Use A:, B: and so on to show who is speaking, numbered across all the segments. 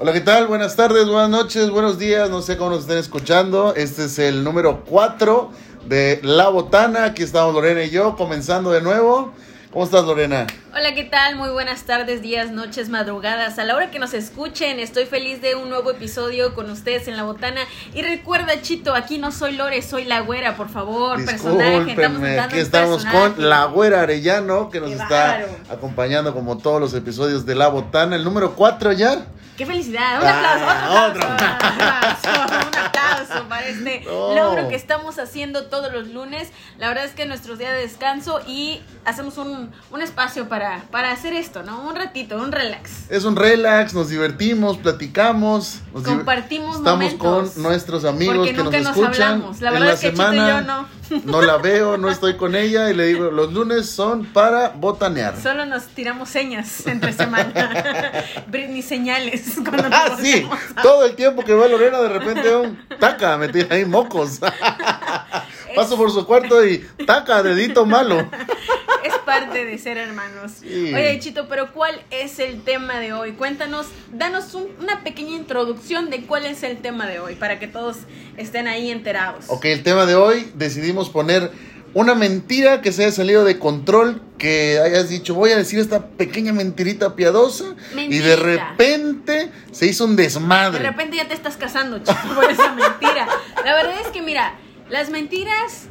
A: Hola, ¿qué tal? Buenas tardes, buenas noches, buenos días. No sé cómo nos estén escuchando. Este es el número 4 de La Botana. Aquí estamos Lorena y yo comenzando de nuevo. ¿Cómo estás, Lorena?
B: Hola, ¿qué tal? Muy buenas tardes, días, noches, madrugadas. A la hora que nos escuchen, estoy feliz de un nuevo episodio con ustedes en La Botana. Y recuerda, Chito, aquí no soy Lore, soy La Güera, por favor. personaje, estamos
A: Discúlpenme,
B: dando
A: aquí
B: un
A: estamos
B: personaje.
A: con la güera Arellano que nos
B: Qué
A: está
B: bárbaro.
A: acompañando como todos los episodios de La Botana. El número 4 ya.
B: ¡Qué felicidad! ¡Un
A: Ah,
B: aplauso! ¡Un aplauso! ¡Un aplauso para este
A: No.
B: logro que estamos haciendo todos los lunes! La verdad es que nuestro día de descanso y hacemos un, un espacio para, para hacer esto, ¿no? Un ratito, un relax.
A: Es un relax, nos divertimos, platicamos, nos div-
B: Compartimos
A: estamos
B: momentos.
A: con nuestros amigos
B: Porque
A: que
B: nunca
A: nos
B: nos
A: escuchan.
B: hablamos. La
A: En
B: verdad es que Chito y
A: semana
B: yo
A: no la veo, no estoy con ella y le digo, los lunes son para botanear.
B: Solo nos tiramos señas entre semana. Britney señales. Cuando nos
A: Ah, sí,
B: volteamos.
A: todo el tiempo que va Lorena de repente un taca, me tira ahí mocos. Paso por su cuarto y taca, dedito malo.
B: Es parte de ser hermanos.
A: Sí.
B: Oye, Chito, pero ¿cuál es el tema de hoy? Cuéntanos, danos un- una pequeña introducción de cuál es el tema de hoy para que todos estén ahí enterados.
A: Ok, el tema de hoy decidimos poner una mentira que se haya salido de control, que hayas dicho, voy a decir esta pequeña mentirita piadosa y de
B: Mentirita.
A: repente se hizo un
B: De
A: desmadre.
B: repente ya te estás casando, Chito, por esa mentira. La verdad es que, mira, las mentiras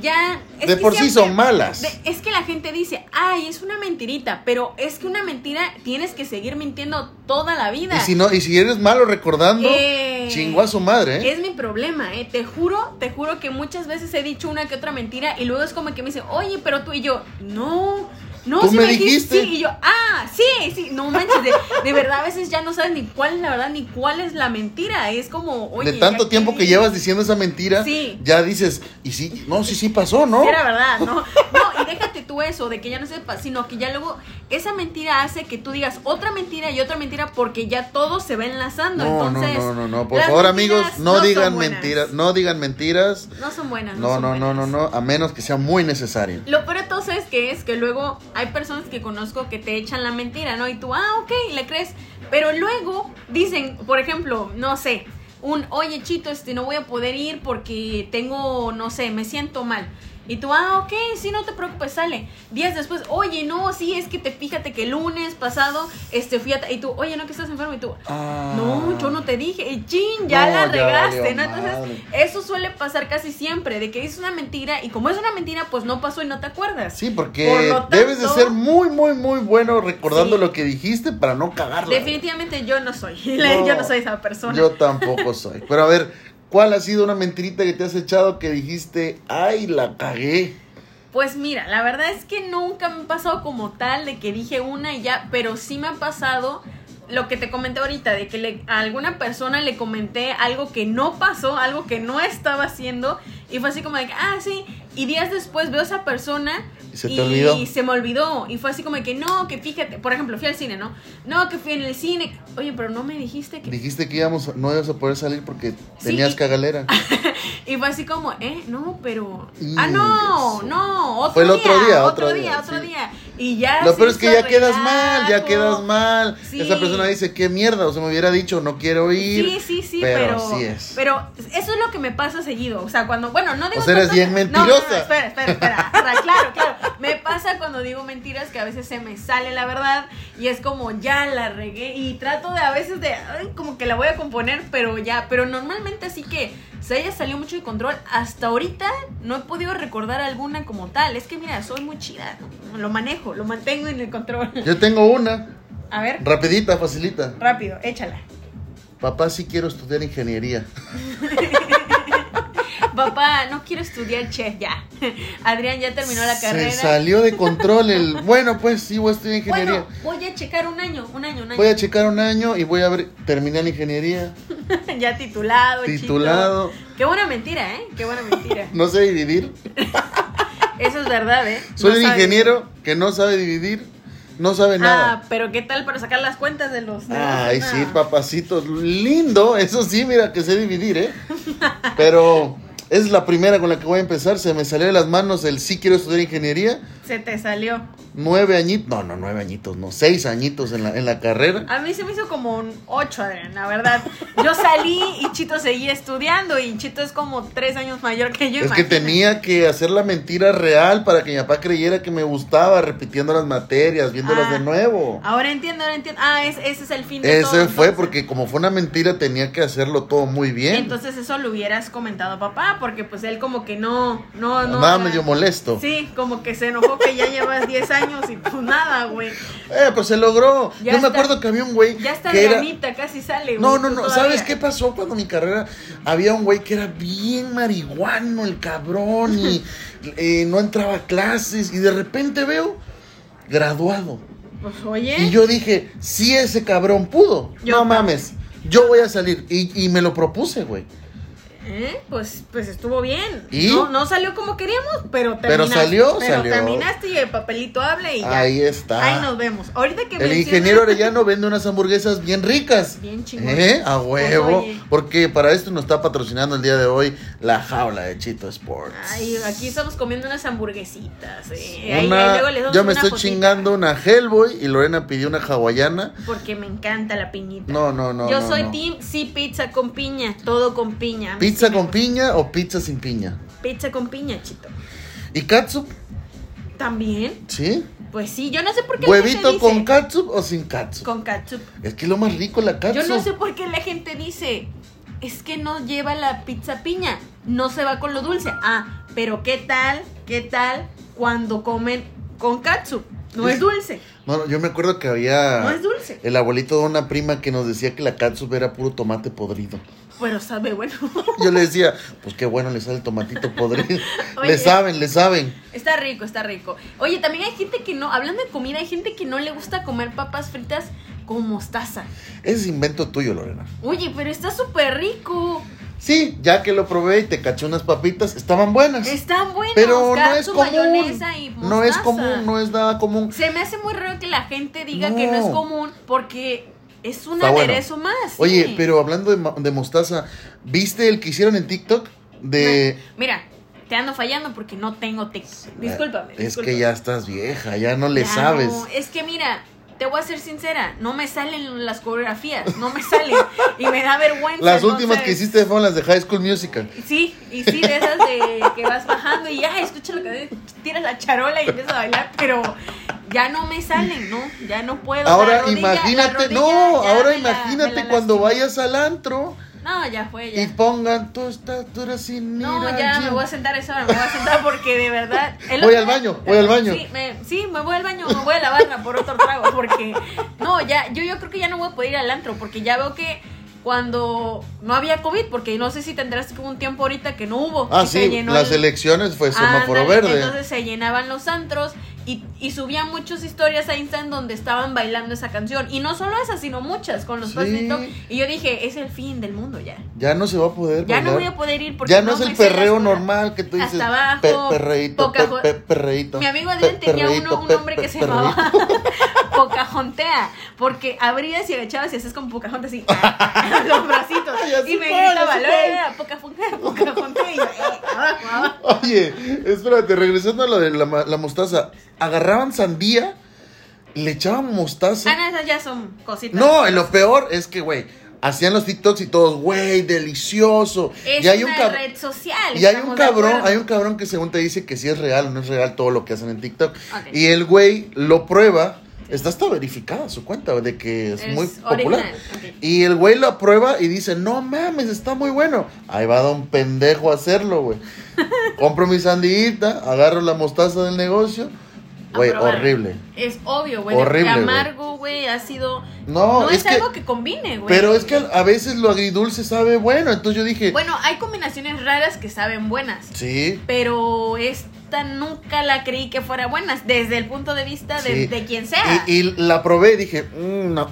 B: ya. es
A: De
B: que
A: por sí son malas.
B: de- es que la gente dice, ay, es una mentirita, pero es que una mentira tienes que seguir mintiendo toda la vida.
A: y si no, y si eres malo recordando,
B: Eh,
A: chingó a su madre, ¿eh?
B: Es mi problema, ¿eh? Te juro, te juro que muchas veces he dicho una que otra mentira y luego es como que me dicen, oye, pero tú y yo, no, no,
A: Tú
B: sí
A: me
B: dijis-
A: dijiste.
B: Sí, y yo, ah, sí, sí, no manches, de, de verdad a veces ya no sabes ni cuál es la verdad ni cuál es la mentira. Es como, oye.
A: de tanto
B: ya
A: tiempo
B: qué-
A: que llevas diciendo esa mentira,
B: Sí.
A: ya dices, y sí, no, sí, sí pasó, ¿no?
B: Sí, era verdad, ¿no? No, y déjate tú eso, de que ya no sepas, sino que ya luego esa mentira hace que tú digas otra mentira y otra mentira porque ya todo se va enlazando.
A: No,
B: Entonces,
A: no, no, no, no, por
B: las
A: favor
B: mentiras
A: amigos, no,
B: son
A: digan
B: buenas.
A: mentiras, no digan mentiras,
B: No son buenas.
A: no,
B: No, son
A: no, no,
B: buenas.
A: no, no, a menos que sea muy necesario.
B: Lo peor de todo, ¿sabes qué es? Que luego hay personas que conozco que te echan la mentira, ¿no? Y tú, ah, ok, y le crees. Pero luego dicen, por ejemplo, no sé, un, oye, chito, este, no voy a poder ir porque tengo, no sé, me siento mal. Y tú, ah, ok, sí, no te preocupes, sale. Días después, oye, no, sí, es que te fíjate que el lunes pasado, este, fui a... ta-". Y tú, oye, no, que estás enfermo. Y tú,
A: Ah.
B: no, yo no te dije. Y chin, ya
A: No,
B: la
A: ya
B: regaste,
A: valió
B: ¿no? Entonces,
A: madre.
B: eso suele pasar casi siempre, de que es una mentira y como es una mentira, pues no pasó y no te acuerdas.
A: Sí,
B: Por
A: porque
B: lo tanto-
A: debes de ser muy, muy, muy bueno recordando
B: Sí.
A: lo que dijiste para no cagarla.
B: Definitivamente yo no soy,
A: No.
B: yo no soy esa persona.
A: Yo tampoco soy. Pero a ver, ¿cuál ha sido una mentirita que te has echado que dijiste, ay, la cagué?
B: Pues mira, la verdad es que nunca me ha pasado como tal de que dije una y ya, pero sí me ha pasado lo que te comenté ahorita, de que le- a alguna persona le comenté algo que no pasó, algo que no estaba haciendo, y fue así como de que, ah, sí, y días después veo a esa persona
A: Y se te olvidó.
B: y se me olvidó, y fue así como de que, no, que fíjate, por ejemplo, fui al cine, ¿no? No, que fui en el cine, oye, pero no me dijiste que...
A: Dijiste que íbamos, no ibas a poder salir porque
B: Sí, Ah,
A: tenías
B: y-
A: cagalera.
B: Y fue así como, eh, no, pero...
A: Y
B: Ah, no,
A: eso.
B: no, otro
A: Fue el
B: día.
A: otro día, otro
B: otro día,
A: día,
B: otro
A: sí.
B: día. Y ya...
A: Lo
B: se
A: peor es que
B: hizo
A: ya quedas mal, ya
B: relajo.
A: quedas mal.
B: Sí.
A: Esa persona dice, qué mierda, o sea, me hubiera dicho, no quiero ir.
B: Sí, sí, sí,
A: pero
B: pero...
A: así es.
B: Pero eso es lo que me pasa seguido. O sea, cuando... Bueno, no digo...
A: sea, eres
B: tanto-
A: bien
B: no,
A: mentirosa.
B: No, no, espera, espera, espera. O sea, claro, claro. Me pasa cuando digo mentiras que a veces se me sale la verdad y es como, ya la regué. Y trato de a veces de... ay, como que la voy a componer, pero ya. Pero normalmente así que se haya salido mucho de control. Hasta ahorita no he podido recordar alguna como tal. Es que mira, soy muy chida. Lo manejo, lo mantengo en el control.
A: Yo tengo una,
B: A ver,
A: rapidita, facilita.
B: rápido, échala.
A: Papá, sí quiero estudiar ingeniería.
B: Papá, no quiero estudiar chef ya. Adrián ya terminó la carrera.
A: Se salió de control el, bueno, pues sí, voy a estudiar ingeniería.
B: Bueno, voy a checar un año, un año, un año.
A: Voy a checar un año y voy a ver, terminé la ingeniería,
B: ya titulado, chito.
A: titulado,
B: Qué buena mentira, ¿eh? Qué buena mentira.
A: no sé dividir.
B: Eso es verdad, ¿eh?
A: Soy
B: No
A: un
B: sabes.
A: ingeniero que no sabe dividir, no sabe
B: Ah,
A: nada.
B: pero ¿qué tal para sacar las cuentas de los
A: Ay,
B: negocios?
A: sí,
B: No.
A: papacito, lindo, eso sí, mira que sé dividir, ¿eh? Pero es la primera con la que voy a empezar, se me salió de las manos el sí quiero estudiar ingeniería,
B: Se te salió.
A: Nueve añitos, no, no, nueve añitos, no, seis añitos en la, en la carrera.
B: A mí se me hizo como un 8, Adrián, la verdad. Yo salí y Chito seguía estudiando y Chito es como tres años mayor que yo.
A: es que
B: imagínate.
A: tenía que hacer la mentira real para que mi papá creyera que me gustaba, repitiendo las materias, viéndolas
B: Ah.
A: de nuevo.
B: Ahora entiendo, ahora entiendo. Ah, es- ese es el fin de todo.
A: Ese fue
B: entonces.
A: porque como fue una mentira tenía que hacerlo todo muy bien.
B: Entonces eso lo hubieras comentado a papá, porque pues él como que no, no, no.
A: Nada
B: la-
A: medio molesto.
B: Sí, como que se enojó que ya llevas 10 años y pues nada, güey.
A: Eh, pero se logró.
B: Ya
A: Yo me
B: está.
A: acuerdo que había un güey
B: Ya está
A: que era...
B: Dianita, casi sale, güey.
A: No, no,
B: tú
A: no.
B: todavía.
A: ¿Sabes qué pasó cuando mi carrera? Había un güey que era bien marihuano, el cabrón, y eh, no entraba a clases, y de repente veo graduado.
B: Pues oye.
A: Y yo dije, si ese cabrón pudo,
B: Yo
A: no
B: también.
A: mames, yo voy a salir. Y, y me lo propuse, güey.
B: ¿Eh? Pues, pues estuvo bien.
A: ¿Y?
B: No, no salió como queríamos, pero terminaste.
A: Pero salió,
B: Pero
A: salió.
B: terminaste y el papelito hable y ya.
A: Ahí está.
B: Ahí nos vemos. Ahorita que
A: El
B: mencionas-
A: ingeniero Arellano vende unas hamburguesas bien ricas.
B: Bien chingonas.
A: ¿Eh? A huevo.
B: Pues, oye.
A: porque para esto nos está patrocinando el día de hoy la jaula de Chito Sports.
B: Ay, aquí estamos comiendo unas hamburguesitas. eh. Ahí-
A: Una-
B: ahí luego les damos
A: yo me
B: una
A: estoy
B: fotita,
A: chingando una Hellboy y Lorena pidió una hawaiana.
B: Porque me encanta la piñita.
A: No, no, no.
B: Yo
A: no,
B: soy
A: no.
B: team, sí, pizza con piña, todo con piña. A mí
A: ¿Pizza
B: sí
A: con
B: me-
A: piña o pizza sin piña?
B: Pizza con piña, chito.
A: ¿Y katsup?
B: También,
A: ¿Sí?
B: pues sí, yo no sé por qué la
A: ¿Huevito
B: gente dice
A: con katsup o sin katsup?
B: con catsup.
A: Es que es lo más rico la katsup.
B: Yo no sé por qué la gente dice, es que no lleva la pizza piña, no se va con lo dulce. Ah, pero ¿qué tal, qué tal cuando comen con katsup? No es dulce,
A: No, no, yo me acuerdo que había
B: no es dulce,
A: el abuelito de una prima que nos decía que la katsup era puro tomate podrido.
B: pero sabe bueno.
A: Yo le decía, pues qué bueno le sale el tomatito podrido.
B: Oye.
A: le saben, le saben.
B: Está rico, está rico. Oye, también hay gente que no, hablando de comida, hay gente que no le gusta comer papas fritas con mostaza.
A: Ese es invento tuyo, Lorena.
B: Oye, pero está súper rico.
A: Sí, ya que lo probé y te caché unas papitas, estaban buenas.
B: Están buenos.
A: pero no es
B: catsup,
A: común.
B: mayonesa y
A: No es
B: mostaza.
A: común, no es nada común.
B: Se me hace muy raro que la gente diga
A: No.
B: que no es común porque es un
A: Está bueno.
B: aderezo más.
A: Oye,
B: sí.
A: pero hablando de, ma- de mostaza, ¿viste el que hicieron en TikTok? De.
B: Mira, te ando fallando porque no tengo texto. Discúlpame.
A: Eh, Es
B: discúlpame.
A: que ya estás vieja, ya no le
B: Ya
A: sabes.
B: no, es que mira, te voy a ser sincera, no me salen las coreografías, no me salen y me da vergüenza.
A: Las últimas que
B: entonces-
A: hiciste fueron las de High School Musical.
B: Sí, y sí, de esas de que vas bajando y ya, escucha lo que tiras la charola y empiezas a bailar, pero ya no me salen, ¿no? Ya no puedo. La
A: ahora
B: rodilla-
A: imagínate,
B: la rodilla
A: no,
B: ya
A: ahora
B: me la-
A: imagínate
B: me la
A: cuando
B: lastimó.
A: vayas al antro
B: No, ya fue,
A: y
B: ya.
A: pongan tu estatura sin mirar.
B: No, ya me
A: Jim".
B: voy a sentar esa hora, me voy a sentar porque de verdad. el
A: Voy
B: otro
A: al
B: día-
A: baño, voy al baño.
B: Sí me, sí, me voy al baño, me voy a la barra por otro trago, porque. No, ya, yo, yo creo que ya no voy a poder ir al antro, porque ya veo que cuando no había COVID, porque no sé si tendrás que hubo un tiempo ahorita que no hubo.
A: Ah,
B: y se
A: sí,
B: llenó
A: las
B: el-
A: elecciones fue semáforo
B: Ándale,
A: verde.
B: Entonces se llenaban los antros y, y subían muchas historias a Insta en donde estaban bailando esa canción. Y no solo esa, sino muchas con los
A: Sí.
B: fans de TikTok. Y yo dije, es el fin del mundo ya.
A: ya no se va a poder.
B: Ya no
A: bailar.
B: voy a poder ir porque
A: Ya no es
B: me
A: el
B: sé las
A: perreo
B: cosas.
A: normal que tú
B: Hasta
A: dices.
B: abajo,
A: pe- perreíto,
B: poca
A: pe-
B: jo-
A: pe- perreíto.
B: Mi amigo
A: pe-
B: Adrián tenía
A: perreíto,
B: uno, un
A: pe-
B: hombre que
A: pe-
B: se
A: perreíto.
B: llamaba Pocahontea, porque abrías y agachabas y hacías como Pocahontas así, los bracitos,
A: Ya
B: y me
A: supongo, ya
B: gritaba,
A: supongo.
B: "Lorena, Pocahontea, Pocahontea, y yo, "Eh, abajo, abajo.
A: Oye, espérate, regresando a lo de la, ma- la mostaza. Agarraban sandía, le echaban mostaza.
B: Ah, no, esas ya son cositas.
A: No, y lo peor es que, güey, hacían los TikToks y todos, güey, delicioso.
B: Es
A: y hay un
B: una
A: cab-
B: red social.
A: Y hay un
B: estamos de
A: cabrón,
B: acuerdo.
A: hay un cabrón que según te dice que sí es real o no es real todo lo que hacen en TikTok.
B: Ok.
A: Y el güey lo prueba. Está hasta verificada su cuenta de que es,
B: Es
A: muy popular.
B: original, ok.
A: Y el güey lo prueba y dice, no mames, está muy bueno. Ahí va don pendejo a hacerlo, güey. Compro mi sandillita, agarro la mostaza del negocio.
B: A
A: Güey,
B: probar.
A: horrible.
B: Es obvio, güey.
A: Horrible,
B: Horrible.
A: güey.
B: Amargo, güey, ácido.
A: No,
B: No,
A: es,
B: es,
A: que...
B: algo que combine, güey.
A: Pero es que a veces lo agridulce sabe bueno. Entonces yo dije,
B: Bueno, hay combinaciones raras que saben buenas.
A: sí,
B: Pero esta nunca la creí que fuera buenas. Desde el punto de vista de,
A: Sí.
B: de quien sea.
A: Y, y la probé y dije, "Mm, no.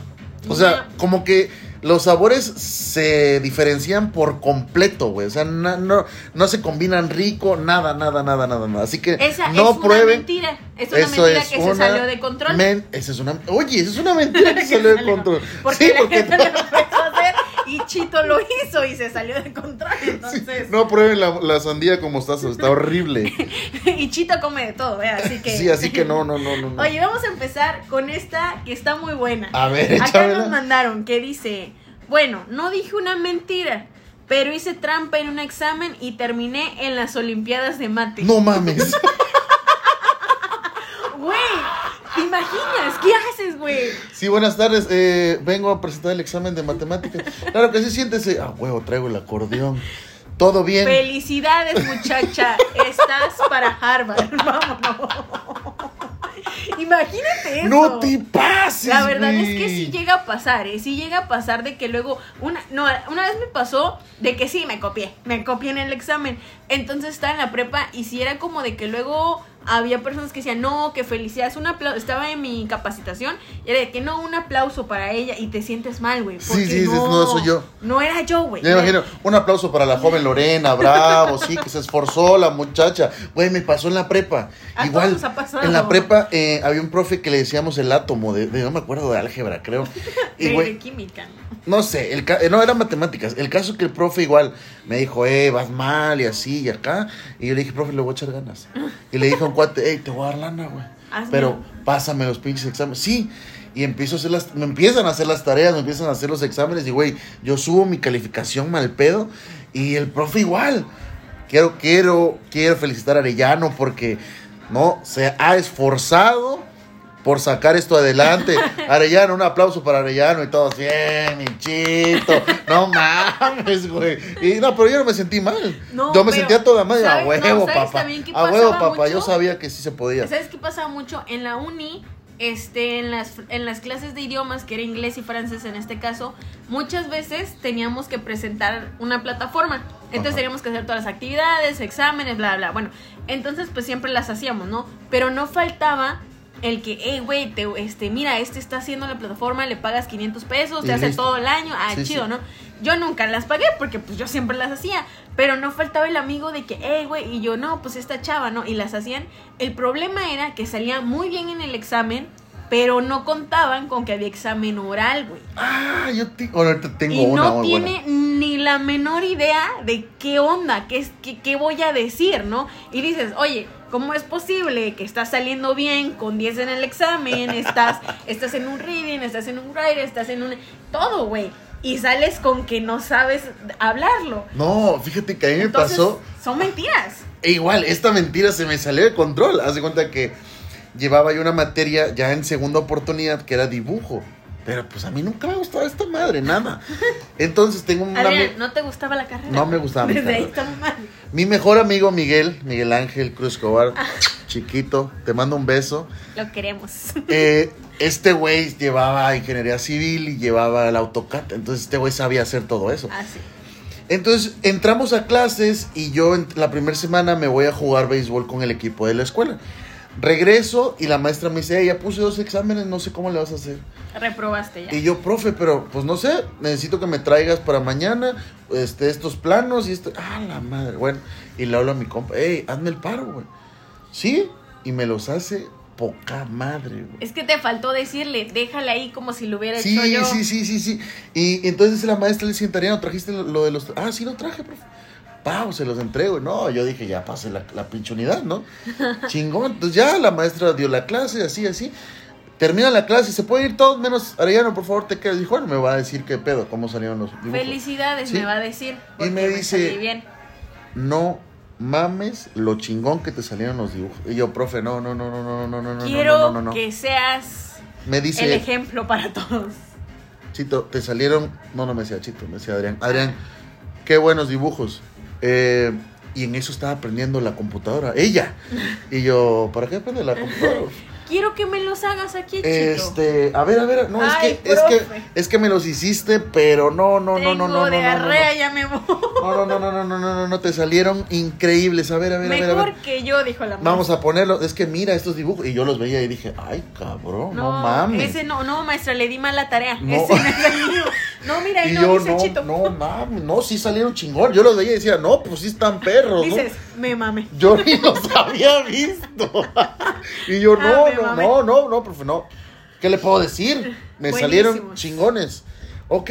A: O sea,
B: No.
A: como que los sabores se diferencian por completo, güey. O sea, na- no, no se combinan rico, nada, nada, nada, nada, nada. Así que
B: Esa
A: no
B: es una
A: prueben.
B: mentira. Es una mentira que se
A: una
B: salió de control.
A: men- esa es una, oye, esa es una mentira que se salió de control.
B: Porque
A: Sí,
B: la
A: porque
B: gente lo empezó a hacer y Chito lo hizo y se salió de control. Entonces.
A: no prueben la, la sandía con mostaza, está horrible.
B: Y Y Chito come de todo, ¿eh? Así que.
A: Sí, así que no, no, no, no. no.
B: Oye, vamos a empezar con esta que está muy buena.
A: a ver,
B: Acá
A: échamela.
B: nos mandaron que dice, bueno, no dije una mentira, pero hice trampa en un examen y terminé en las Olimpiadas de mate.
A: No mames.
B: Güey, ¿te imaginas? ¿Qué haces, güey?
A: Sí, buenas tardes. eh, vengo a presentar el examen de matemáticas. Claro que sí, siéntese. Ah, huevo, traigo el acordeón. Todo bien.
B: Felicidades, muchacha. Estás para Harvard. Vámonos. Imagínate eso.
A: No te pases.
B: La verdad es que
A: güey.
B: sí llega a pasar, ¿eh? Sí llega a pasar de que luego, una, no, una vez me pasó de que sí, me copié, me copié en el examen. Entonces estaba en la prepa y sí era como de que luego había personas que decían, no, que felicidades, un aplauso, estaba en mi capacitación y era de que no, un aplauso para ella y te sientes mal, güey.
A: Sí,
B: porque
A: sí, dices, no, soy yo.
B: No era yo, güey.
A: Ya me imagino, un aplauso para la joven Lorena, bravo, sí, que se esforzó la muchacha. Güey, me pasó en la prepa.
B: A
A: Igual,
B: todos nos ha pasado.
A: en la prepa eh, había un profe que le decíamos el átomo, de, de- no me acuerdo, de álgebra, creo. Y
B: De,
A: güey,
B: de química.
A: No sé, el ca- eh, no, eran matemáticas. El caso que el profe igual me dijo, eh, vas mal y así y acá. Y yo le dije, profe, le voy a echar ganas. Y le dijo a un cuate, eh, te voy a dar lana, güey.
B: Hazme.
A: Pero pásame los pinches exámenes. Sí. Y empiezo a hacer las, me empiezan a hacer las tareas, me empiezan a hacer los exámenes. Y güey, yo subo mi calificación mal pedo. Y el profe igual. Quiero, quiero, quiero felicitar a Arellano porque no se ha esforzado por sacar esto adelante. Arellano, un aplauso para Arellano y todos, bien, mi chito. No mames, güey. Y no, pero yo no me sentí mal.
B: No,
A: yo me
B: pero,
A: sentía toda madre. A
B: ¿sabes?
A: huevo,
B: No, ¿sabes
A: papá.
B: también qué
A: A huevo,
B: pasaba
A: papá. Yo
B: mucho?
A: sabía que sí se podía.
B: ¿Sabes qué pasaba mucho? En la uni, este, en las, en las clases de idiomas, que era inglés y francés en este caso, muchas veces teníamos que presentar una plataforma. Entonces
A: Ajá.
B: teníamos que hacer todas las actividades, exámenes, bla, bla. Bueno, entonces pues siempre las hacíamos, ¿no? Pero no faltaba el que, hey, güey, te- este, mira, este está haciendo la plataforma, le pagas 500 pesos,
A: Y
B: te hace
A: listo.
B: todo el año, ah,
A: Sí,
B: chido,
A: sí.
B: ¿no? Yo nunca las pagué porque pues yo siempre las hacía, pero no faltaba el amigo de que, hey, güey, y yo, no, pues esta chava, ¿no? Y las hacían. El problema era que salía muy bien en el examen, pero no contaban con que había examen oral, güey.
A: Ah, yo te- bueno, ahorita tengo
B: Y
A: una
B: no
A: muy buena.
B: tiene ni la menor idea de qué onda, qué, es- qué, qué voy a decir, ¿no? Y dices, oye, ¿cómo es posible que estás saliendo bien con 10 en el examen? Estás, estás en un reading, estás en un writer, estás en un... Todo, güey. Y sales con que no sabes hablarlo.
A: No, fíjate que a mí me
B: Entonces,
A: pasó.
B: Son mentiras.
A: E igual, esta mentira se me salió de control. Haz de cuenta que llevaba yo una materia ya en segunda oportunidad que era dibujo. Pero pues a mí nunca me ha gustado esta madre, nada. Entonces tengo un
B: Adrián, ¿no te gustaba la carrera?
A: No me gustaba mi
B: Desde ahí
A: carrera.
B: estamos mal.
A: Mi mejor amigo Miguel, Miguel Ángel Cruz Escobar,
B: Ah.
A: chiquito, te mando un beso.
B: Lo queremos.
A: Eh, este güey llevaba ingeniería civil y llevaba el AutoCAD, entonces este güey sabía hacer todo eso.
B: Así.
A: Entonces entramos a clases y yo en la primera semana me voy a jugar béisbol con el equipo de la escuela. Regreso y la maestra me dice, "Ey, ya puse dos exámenes, no sé cómo le vas a hacer.
B: Reprobaste ya.
A: Y yo, profe, pero pues no sé, necesito que me traigas para mañana este, estos planos y esto. Ah, la madre, bueno. Y le hablo a mi compa, hey, hazme el paro, güey. Sí, y me los hace poca madre, güey.
B: Es que te faltó decirle, déjala ahí como si lo hubiera
A: Sí,
B: hecho yo.
A: sí, sí, sí, sí. Y entonces la maestra le dice, ¿no trajiste lo, lo de los... tra-?" Ah, sí, lo traje, profe. Pau, se los entrego. No, yo dije, ya pasé la, la pinche unidad, ¿no? Chingón. Entonces ya la maestra dio la clase, así, así. Termina la clase, se puede ir todos, menos Arellano, por favor, te quedas. Dijo, bueno, me va a decir qué pedo, cómo salieron los dibujos.
B: Felicidades,
A: Sí.
B: me va a decir.
A: Y
B: porque
A: me dice-
B: salí bien.
A: No mames lo chingón que te salieron los dibujos. Y yo, profe, no, no, no, no, no, no, no, no,
B: Quiero
A: no, no, no, no.
B: que seas
A: Me
B: el
A: dice,
B: ejemplo para todos.
A: Chito, te salieron. No, no me decía Chito, me decía Adrián. Adrián, qué buenos dibujos. Eh, y en eso estaba aprendiendo la computadora. Ella. Y yo, ¿para qué aprende la computadora?
B: Quiero que me los hagas aquí, chico.
A: este, a ver, a ver. No,
B: Ay,
A: es, que, es que
B: profe.
A: es que me los hiciste, pero no, no, no,
B: Tengo
A: no, no, no, no, no, no.
B: diarrea, ya me voy.
A: No, no, no, no, no, no, no, no, no, te salieron increíbles. A ver, a ver, a ver, a
B: Mejor
A: ver.
B: que yo, dijo la mamá.
A: Vamos a ponerlo. Es que mira estos dibujos. Y yo los veía y dije, ay, cabrón, no, mames.
B: Ese no, no, maestra, le di mala tarea.
A: No.
B: Ese no es el mío. No, mira, ahí
A: Y
B: no,
A: yo,
B: dice
A: no,
B: Chito.
A: no, mami, no, sí salieron chingón. Yo los veía y decía, no, pues sí están perros, ¿no?
B: Dices, me mame.
A: Yo ni los había visto. y yo, no,
B: Ah, me
A: no,
B: mamé.
A: no, no, no, profe, no. ¿Qué le puedo decir? Me
B: Buenísimos.
A: salieron chingones. Ok,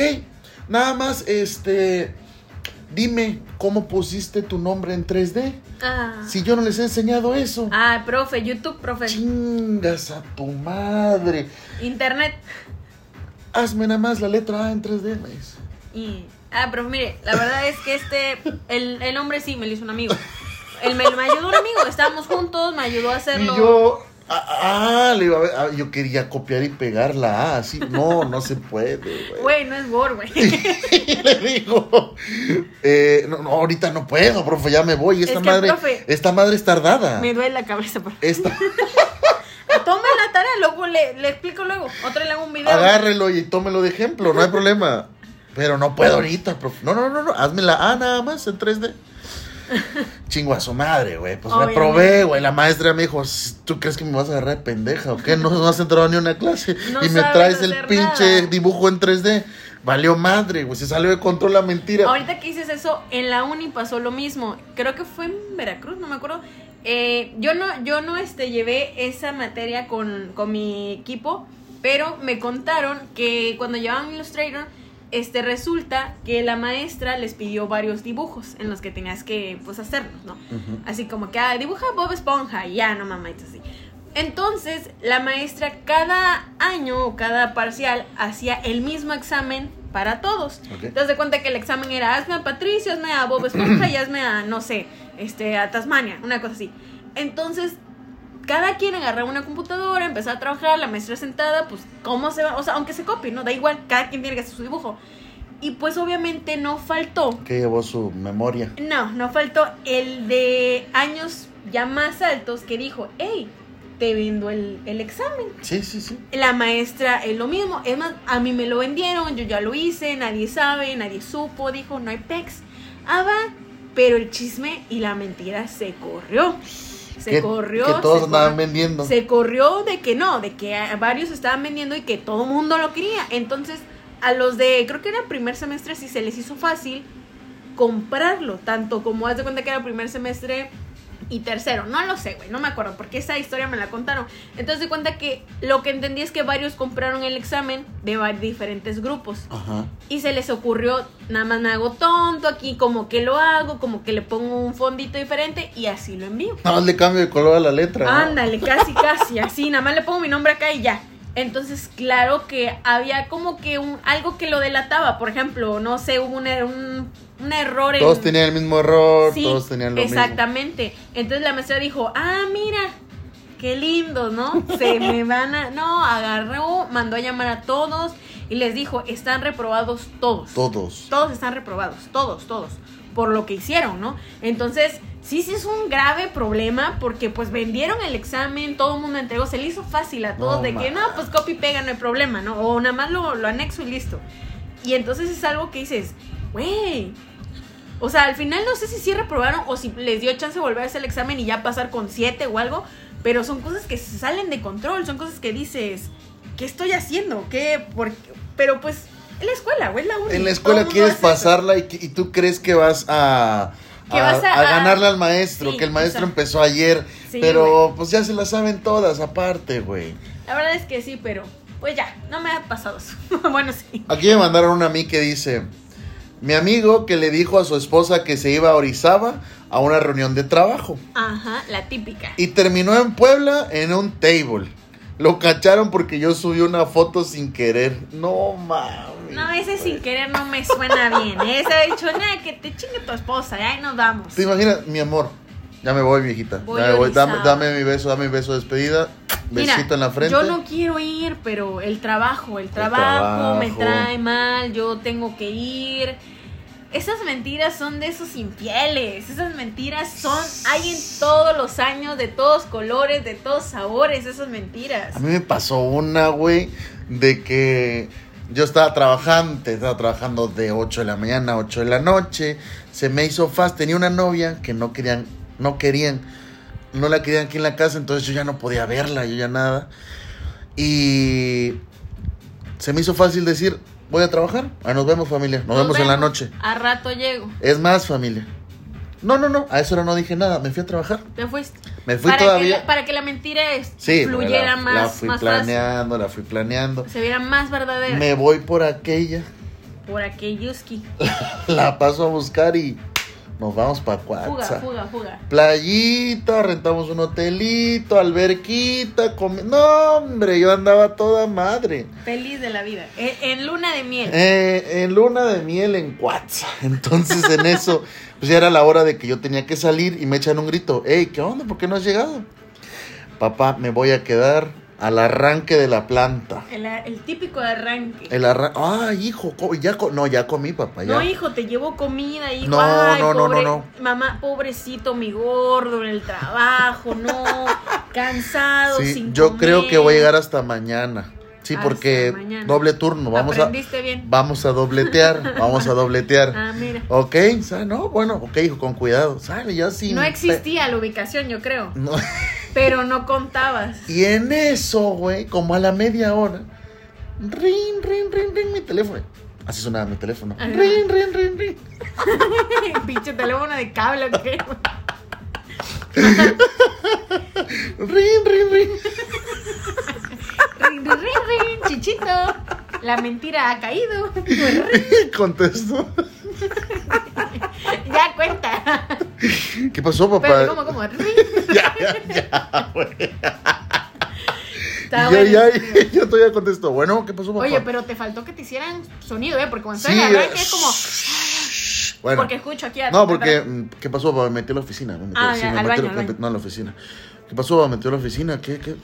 A: nada más, este, dime cómo pusiste tu nombre en 3D.
B: Ah.
A: Si yo no les he enseñado eso.
B: Ah, pues. profe, YouTube, profe.
A: Chingas a tu madre.
B: Internet.
A: Hazme nada más la letra A en 3D. me dice.
B: Y, ah, profe, mire, la verdad es que este, el, el hombre sí me lo hizo un amigo. Él me, me ayudó un amigo, estábamos juntos, me ayudó a
A: Y
B: hacerlo.
A: yo. Ah, ah, le iba a ver, ah, yo quería copiar y pegar la A así. No, no se puede, güey.
B: Güey, no es Bor, güey.
A: Y le digo, eh, no, no, ahorita no puedo, profe, ya me voy. Esta
B: que,
A: madre,
B: profe,
A: esta madre es tardada.
B: Me duele la cabeza, profe.
A: Esta,
B: Tome la tarea, luego le, le explico luego. Otra le hago un video.
A: agárrelo y tómelo de ejemplo, no hay problema. Pero no puedo ahorita, profe. No, no, no, no, hazme la A nada más en 3D. Chingo a su madre, güey. Pues
B: Obviamente.
A: me probé, güey. La maestra me dijo, ¿tú crees que me vas a agarrar de pendeja o qué? No, no has entrado ni a una clase
B: No
A: y me
B: sabes
A: traes el
B: hacer
A: pinche
B: nada.
A: dibujo en 3D. Valió madre, güey. Se salió de control la mentira.
B: Ahorita que dices eso, en la uni pasó lo mismo. Creo que fue en Veracruz, no me acuerdo. Eh, yo no, yo no este, llevé esa materia con, con mi equipo, pero me contaron que cuando llevaban Illustrator, este, resulta que la maestra les pidió varios dibujos en los que tenías que pues, hacerlos, ¿no?
A: Ujú.
B: Así como que, ah, dibuja Bob Esponja, y ya, no mamitas así. Entonces, la maestra cada año o cada parcial hacía el mismo examen para todos.
A: Ok.
B: Te das de cuenta que el examen era hazme a Patricio, hazme a Bob Esponja y hazme a, no sé, este, a Tasmania, una cosa así. Entonces, cada quien agarraba una computadora, empezaba a trabajar, la maestra sentada, pues, ¿cómo se va? O sea, aunque se copie, ¿no? Da igual, cada quien tiene que hacer su dibujo. Y pues, obviamente, no faltó
A: Que llevó su memoria.
B: no, no faltó el de años ya más altos que dijo, hey, te vendo el, el examen.
A: Sí, sí, sí.
B: La maestra es lo mismo, es más, a mí me lo vendieron, yo ya lo hice, nadie sabe, nadie supo, dijo, no hay pex. Ah, va, pero el chisme y la mentira se corrió. Se
A: que,
B: corrió.
A: Que todos
B: se
A: andaban
B: corrió.
A: vendiendo.
B: Se corrió de que no, de que a- varios estaban vendiendo y que todo el mundo lo quería. Entonces, a los de, creo que era primer semestre, sí se les hizo fácil comprarlo, tanto como haz de cuenta que era primer semestre y tercero. No lo sé, güey, no me acuerdo, porque esa historia me la contaron. Entonces, de cuenta que lo que entendí es que varios compraron el examen de va- diferentes grupos.
A: Ajá.
B: Y se les ocurrió, nada más me hago tonto aquí, como que lo hago, como que le pongo un fondito diferente y así lo envío.
A: Nada más le cambio de color a la letra. ¿no?
B: Ándale, casi, casi, así, nada más le pongo mi nombre acá y ya. Entonces, claro que había como que un, algo que lo delataba, por ejemplo, no sé, hubo un, er- un, un error en...
A: Todos tenían el mismo error,
B: Sí,
A: todos tenían lo
B: exactamente. Entonces la maestra dijo, ah, mira, qué lindo, ¿no? Se me van a... No, agarró, mandó a llamar a todos y les dijo, están reprobados todos.
A: mismo. Todos.
B: Todos están reprobados, todos, todos, por lo que hicieron, ¿no? Entonces, sí, sí es un grave problema porque pues vendieron el examen, todo el mundo entregó, se le hizo fácil a todos
A: No,
B: de que
A: ma.
B: no, pues copy y pega, no hay problema, ¿no? O nada más lo, lo anexo y listo. Y entonces es algo que dices, güey. O sea, al final no sé si sí reprobaron o si les dio chance de volver a hacer el examen y ya pasar con siete o algo, pero son cosas que se salen de control, son cosas que dices, ¿qué estoy haciendo? ¿Qué? ¿Por qué? Pero pues, en la escuela, güey, es la única.
A: En la escuela quieres pasarla y, que- y tú crees que vas a.
B: Que vas a-
A: ganarle al maestro,
B: Sí,
A: que el maestro
B: exacto.
A: empezó ayer,
B: Sí,
A: pero pues ya se la saben todas aparte, güey.
B: La verdad es que sí, pero pues ya, no me ha pasado eso. bueno, sí.
A: Aquí me mandaron una a mí que dice, mi amigo que le dijo a su esposa que se iba a Orizaba a una reunión de trabajo.
B: Ajá, la típica.
A: Y terminó en Puebla en un table. Lo cacharon porque yo subí una foto sin querer. No mames.
B: No, ese
A: güey.
B: sin querer no me suena bien. Ese ha dicho, nada, que te chingue tu esposa, ya, ahí nos vamos.
A: ¿Te imaginas, mi amor? Ya me voy, viejita.
B: Voy
A: ya me voy. Dame,
B: Orizaba.
A: dame mi beso, dame mi beso de despedida.
B: Mira,
A: Besito en la frente.
B: Yo no quiero ir, pero el trabajo, el trabajo, me
A: trabajo.
B: trae mal, yo tengo que ir. Esas mentiras son de esos infieles. Esas mentiras son. Hay en todos los años, de todos colores, de todos sabores, esas mentiras.
A: A mí me pasó una, güey, de que yo estaba trabajando, te estaba trabajando de 8 de la mañana a 8 de la noche, se me hizo fast, tenía una novia que no querían, no querían, no la querían aquí en la casa, entonces yo ya no podía verla, yo ya nada. Y se me hizo fácil decir, voy a trabajar, ah, nos vemos familia, nos, vemos en la noche.
B: A rato llego.
A: Es más familia. No, no, no, a eso hora no dije nada, me fui a trabajar,
B: Te fuiste.
A: me fui
B: para
A: todavía.
B: Que la, para que la mentira es-
A: Sí, la,
B: fluyera
A: la
B: más,
A: fui
B: más fácil,
A: planeando, la fui planeando.
B: Se viera más verdadera.
A: Me voy por aquella.
B: por aquelluski.
A: La paso a buscar y nos vamos para
B: Fuga,
A: Cuatza.
B: fuga, fuga.
A: Playita, rentamos un hotelito, alberquita, comi- No, hombre, yo andaba toda madre.
B: Feliz de la vida. En, en luna de miel.
A: Eh, en luna de miel en Cuatza. Entonces en eso, pues ya era la hora de que yo tenía que salir y me echan un grito. Ey, ¿qué onda? ¿Por qué no has llegado? Papá, me voy a quedar al arranque de la planta.
B: El, el típico arranque.
A: El arranque. Ay, hijo, co- ya co- no, ya comí, papá. Ya.
B: No, hijo, te llevo comida, hijo.
A: No,
B: Ay,
A: no, no,
B: pobre-
A: no,
B: Mamá, pobrecito, mi gordo en el trabajo, no. Cansado,
A: Sí,
B: sin
A: yo creo que voy a
B: comer.
A: llegar hasta mañana. Sí,
B: Hasta
A: porque
B: mañana.
A: doble turno. Vamos a,
B: Aprendiste bien.
A: vamos a dobletear. vamos a dobletear.
B: Ah, mira.
A: Ok, sa- no, bueno, ok, hijo, con cuidado. Sale, yo así.
B: No existía la ubicación, yo creo.
A: No.
B: Pero no contabas.
A: Y en eso, güey, como a la media hora, ring, ring, ring, ring, mi teléfono. Así sonaba mi teléfono.
B: Ajá.
A: Ring, ring, ring, ring.
B: Pinche teléfono de cable, ¿o qué?
A: Ring, ring, ring.
B: Rin, rin, rin, rin, chichito. La mentira ha caído.
A: Contestó.
B: Ya cuenta.
A: ¿Qué pasó, papá?
B: Pero, ¿cómo, cómo? Rin.
A: Ya, ya, ya, güey.
B: Está
A: Y yo,
B: bueno
A: ya,
B: ese video.
A: yo todavía contesto. Bueno, ¿qué pasó, papá?
B: Oye, pero te faltó que te hicieran sonido, ¿eh? Porque cuando
A: Sí,
B: suena el arranque
A: eh,
B: es como.
A: Bueno.
B: Porque escucho aquí a.
A: No, porque, mm, ¿qué pasó? papá? Me metí a la oficina. Me metí a la
B: Ah, ya,
A: oficina, me
B: al
A: metí a
B: baño,
A: la-
B: al baño.
A: no, a la oficina. ¿Qué pasó? papá? Me metí a la oficina. ¿Qué, qué?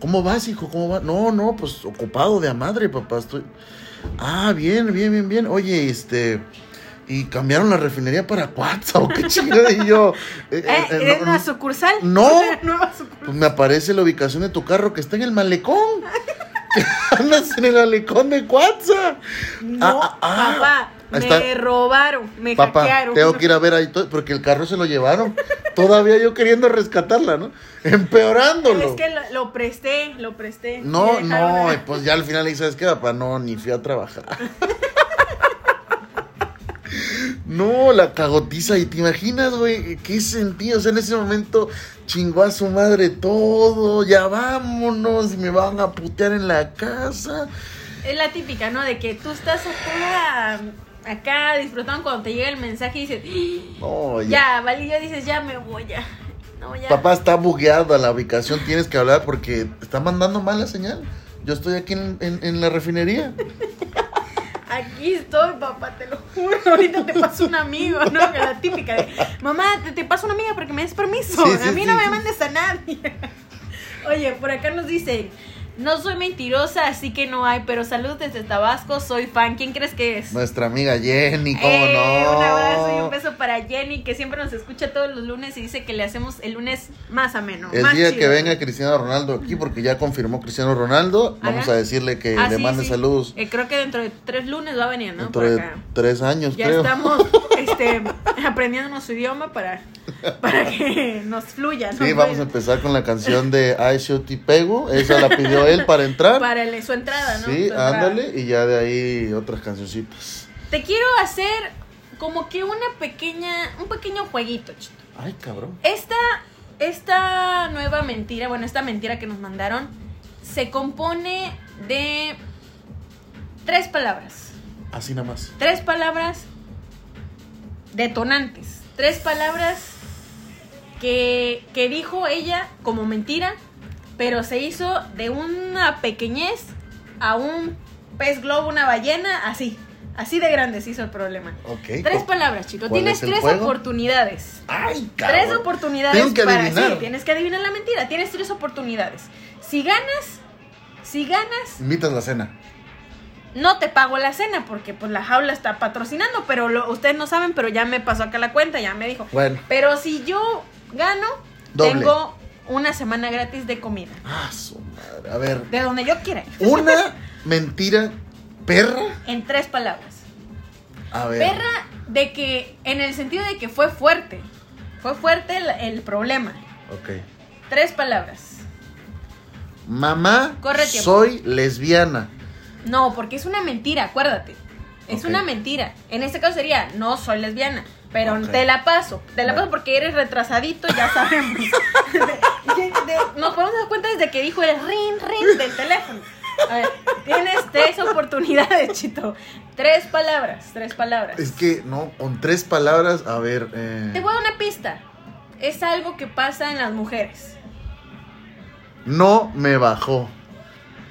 A: ¿Cómo vas, hijo? ¿Cómo vas? No, no, pues ocupado de a madre, papá. Estoy... Ah, bien, bien, bien, bien. Oye, este... ¿Y cambiaron la refinería para Cuatza o qué chingada? Y yo... eh, eh,
B: ¿Eh?
A: eh,
B: ¿Eres
A: no,
B: una
A: no,
B: sucursal?
A: No.
B: Una nueva sucursal.
A: pues me aparece la ubicación de tu carro que está en el malecón. Andas en el malecón de Cuatza.
B: No,
A: ah, ah.
B: papá.
A: Ahí
B: Me
A: está.
B: robaron, me
A: Papá,
B: hackearon.
A: tengo que ir a ver ahí todo, porque el carro se lo llevaron. Todavía yo queriendo rescatarla, ¿no? Empeorándolo.
B: Es que lo, lo presté, lo presté.
A: No,
B: Me dejaron
A: no,
B: a-
A: y pues ya al final le dije, ¿sabes qué, papá? No, ni fui a trabajar. No, la cagotiza, y te imaginas, güey, qué sentido. O sea, en ese momento chingó a su madre todo, ya vámonos, y me van a putear en la casa.
B: Es la típica, ¿no? De que tú estás acá, acá disfrutando cuando te llega el mensaje y dices, "Ah,
A: No, ya.
B: ya, vale, ya dices, ya me voy, ya. No, ya.
A: Papá está bugueada la ubicación, tienes que hablar porque está mandando mala señal. Yo estoy aquí en, en- en la refinería.
B: Aquí estoy, papá, te lo juro. Ahorita te paso un amigo, ¿no? Que La típica de, mamá, te, te paso una amiga para que me des permiso.
A: Sí, sí,
B: a mí
A: sí,
B: no
A: sí.
B: me mandes a nadie. Oye, por acá nos dicen, no soy mentirosa, así que no hay, pero saludos desde Tabasco, soy fan. ¿Quién crees que es?
A: Nuestra amiga Jenny, ¿cómo
B: Eh,
A: no?
B: Un abrazo y un beso para Jenny, que siempre nos escucha todos los lunes y dice que le hacemos el lunes más ameno.
A: El
B: más
A: día
B: chido.
A: que venga Cristiano Ronaldo aquí, porque ya confirmó Cristiano Ronaldo, vamos
B: Ajá.
A: a decirle que
B: Ah,
A: le
B: sí,
A: mande
B: sí.
A: saludos
B: Eh, creo que dentro de tres lunes va a venir, ¿no?
A: dentro
B: Por
A: de
B: acá.
A: tres años,
B: Ya
A: creo.
B: estamos este, aprendiendo nuestro idioma para, para que nos fluya. ¿no?
A: Sí, vamos a empezar con la canción de Aishoti Pego. Esa la pidió él para entrar.
B: Para el- su entrada, ¿no? Su
A: sí,
B: entrada.
A: ándale, y ya de ahí otras cancioncitas.
B: Te quiero hacer como que una pequeña, un pequeño jueguito, Chito.
A: Ay, cabrón.
B: Esta, esta nueva mentira, bueno, esta mentira que nos mandaron, se compone de tres palabras.
A: Así nada más.
B: Tres palabras detonantes. Tres palabras que, que dijo ella como mentira, pero se hizo de una pequeñez a un pez globo, una ballena, así. Así de grande se hizo el problema.
A: Ok.
B: Tres palabras, chicos.
A: ¿Cuál
B: Tienes
A: es el
B: tres
A: juego?
B: oportunidades.
A: Ay, cabrón.
B: Tres oportunidades
A: Tengo que
B: para
A: adivinar.
B: sí, tienes que adivinar la mentira, tienes tres oportunidades. Si ganas, si ganas,
A: Invitas la cena.
B: no te pago la cena porque pues la jaula está patrocinando, pero lo- ustedes no saben, pero ya me pasó acá la cuenta, ya me dijo.
A: Bueno.
B: Pero si yo gano,
A: Doble.
B: tengo una semana gratis de comida,
A: Ah, su madre. A ver.
B: de donde yo quiera,
A: Una mentira perra.
B: en tres palabras.
A: A ver.
B: Perra de que en el sentido de que fue fuerte. Fue fuerte el- el problema.
A: Ok.
B: Tres palabras.
A: Mamá,
B: Corre tiempo.
A: soy lesbiana.
B: No, porque es una mentira, acuérdate. Es
A: Ok.
B: una mentira. En este caso sería, no soy lesbiana, pero
A: Ok.
B: te la paso. Te la
A: Bueno.
B: paso porque eres retrasadito, ya sabemos. De- de- de- nos podemos dar cuenta desde que dijo el rin, rin del teléfono. A ver, tienes tres oportunidades, Chito. Tres palabras, tres palabras.
A: Es que, no, con tres palabras, a ver. eh,
B: Te voy a dar una pista. Es algo que pasa en las mujeres.
A: No me bajó.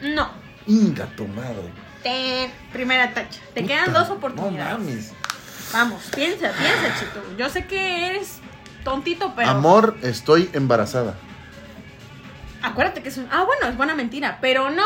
B: No.
A: Inga tu madre.
B: Te- Primera tacha. Te
A: Puta,
B: quedan dos oportunidades.
A: No mames.
B: Vamos, piensa, piensa, Chito. Yo sé que eres tontito, pero.
A: Amor, estoy embarazada.
B: Acuérdate que es un. Ah, bueno, es buena mentira, pero no.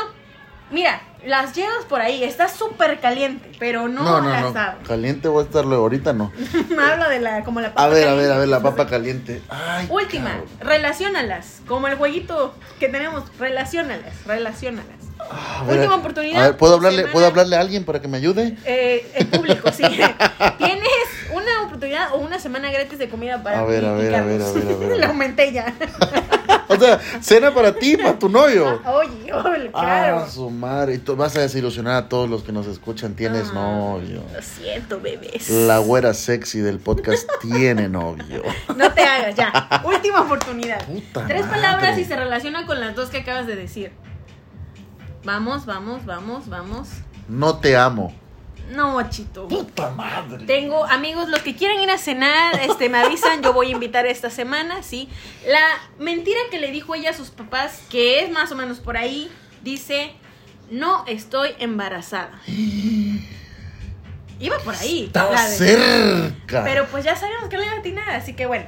B: Mira, las llevas por ahí, está súper caliente, pero no, las sabes.
A: Caliente voy a estar luego. Ahorita no.
B: Me habla de la. como la papa
A: A ver, a
B: caliente.
A: ver, a ver, la papa caliente. Ay,
B: Última,
A: cabrón.
B: relacionalas. Como el jueguito que tenemos, relacionalas, relacionalas.
A: A ver,
B: última
A: a-
B: oportunidad.
A: A ver, ¿puedo hablarle,
B: Semana.
A: ¿puedo hablarle a alguien para que me ayude?
B: Eh, el público, sí. Tienes una oportunidad o una semana gratis de comida para
A: A ver, a ver, a ver, a ver, a ver.
B: La aumenté ya.
A: O sea, cena para ti, para tu novio.
B: Oye, oye, claro.
A: Ah, su madre. Y tú vas a desilusionar a todos los que nos escuchan. Tienes
B: Ah.
A: novio.
B: Lo siento, bebés.
A: La güera sexy del podcast tiene novio.
B: No te hagas, ya. Última oportunidad.
A: Puta
B: Tres
A: madre.
B: palabras y se relaciona con las dos que acabas de decir. Vamos, vamos, vamos, vamos.
A: No te amo.
B: No, Chito.
A: Puta madre.
B: Tengo amigos, los que quieran ir a cenar, este, me avisan, yo voy a invitar esta semana, sí. La mentira que le dijo ella a sus papás, que es más o menos por ahí, dice, no estoy embarazada. Iba por ahí.
A: Estaba
B: la de-
A: cerca.
B: Pero pues ya sabíamos que no iba a atinar, así que bueno.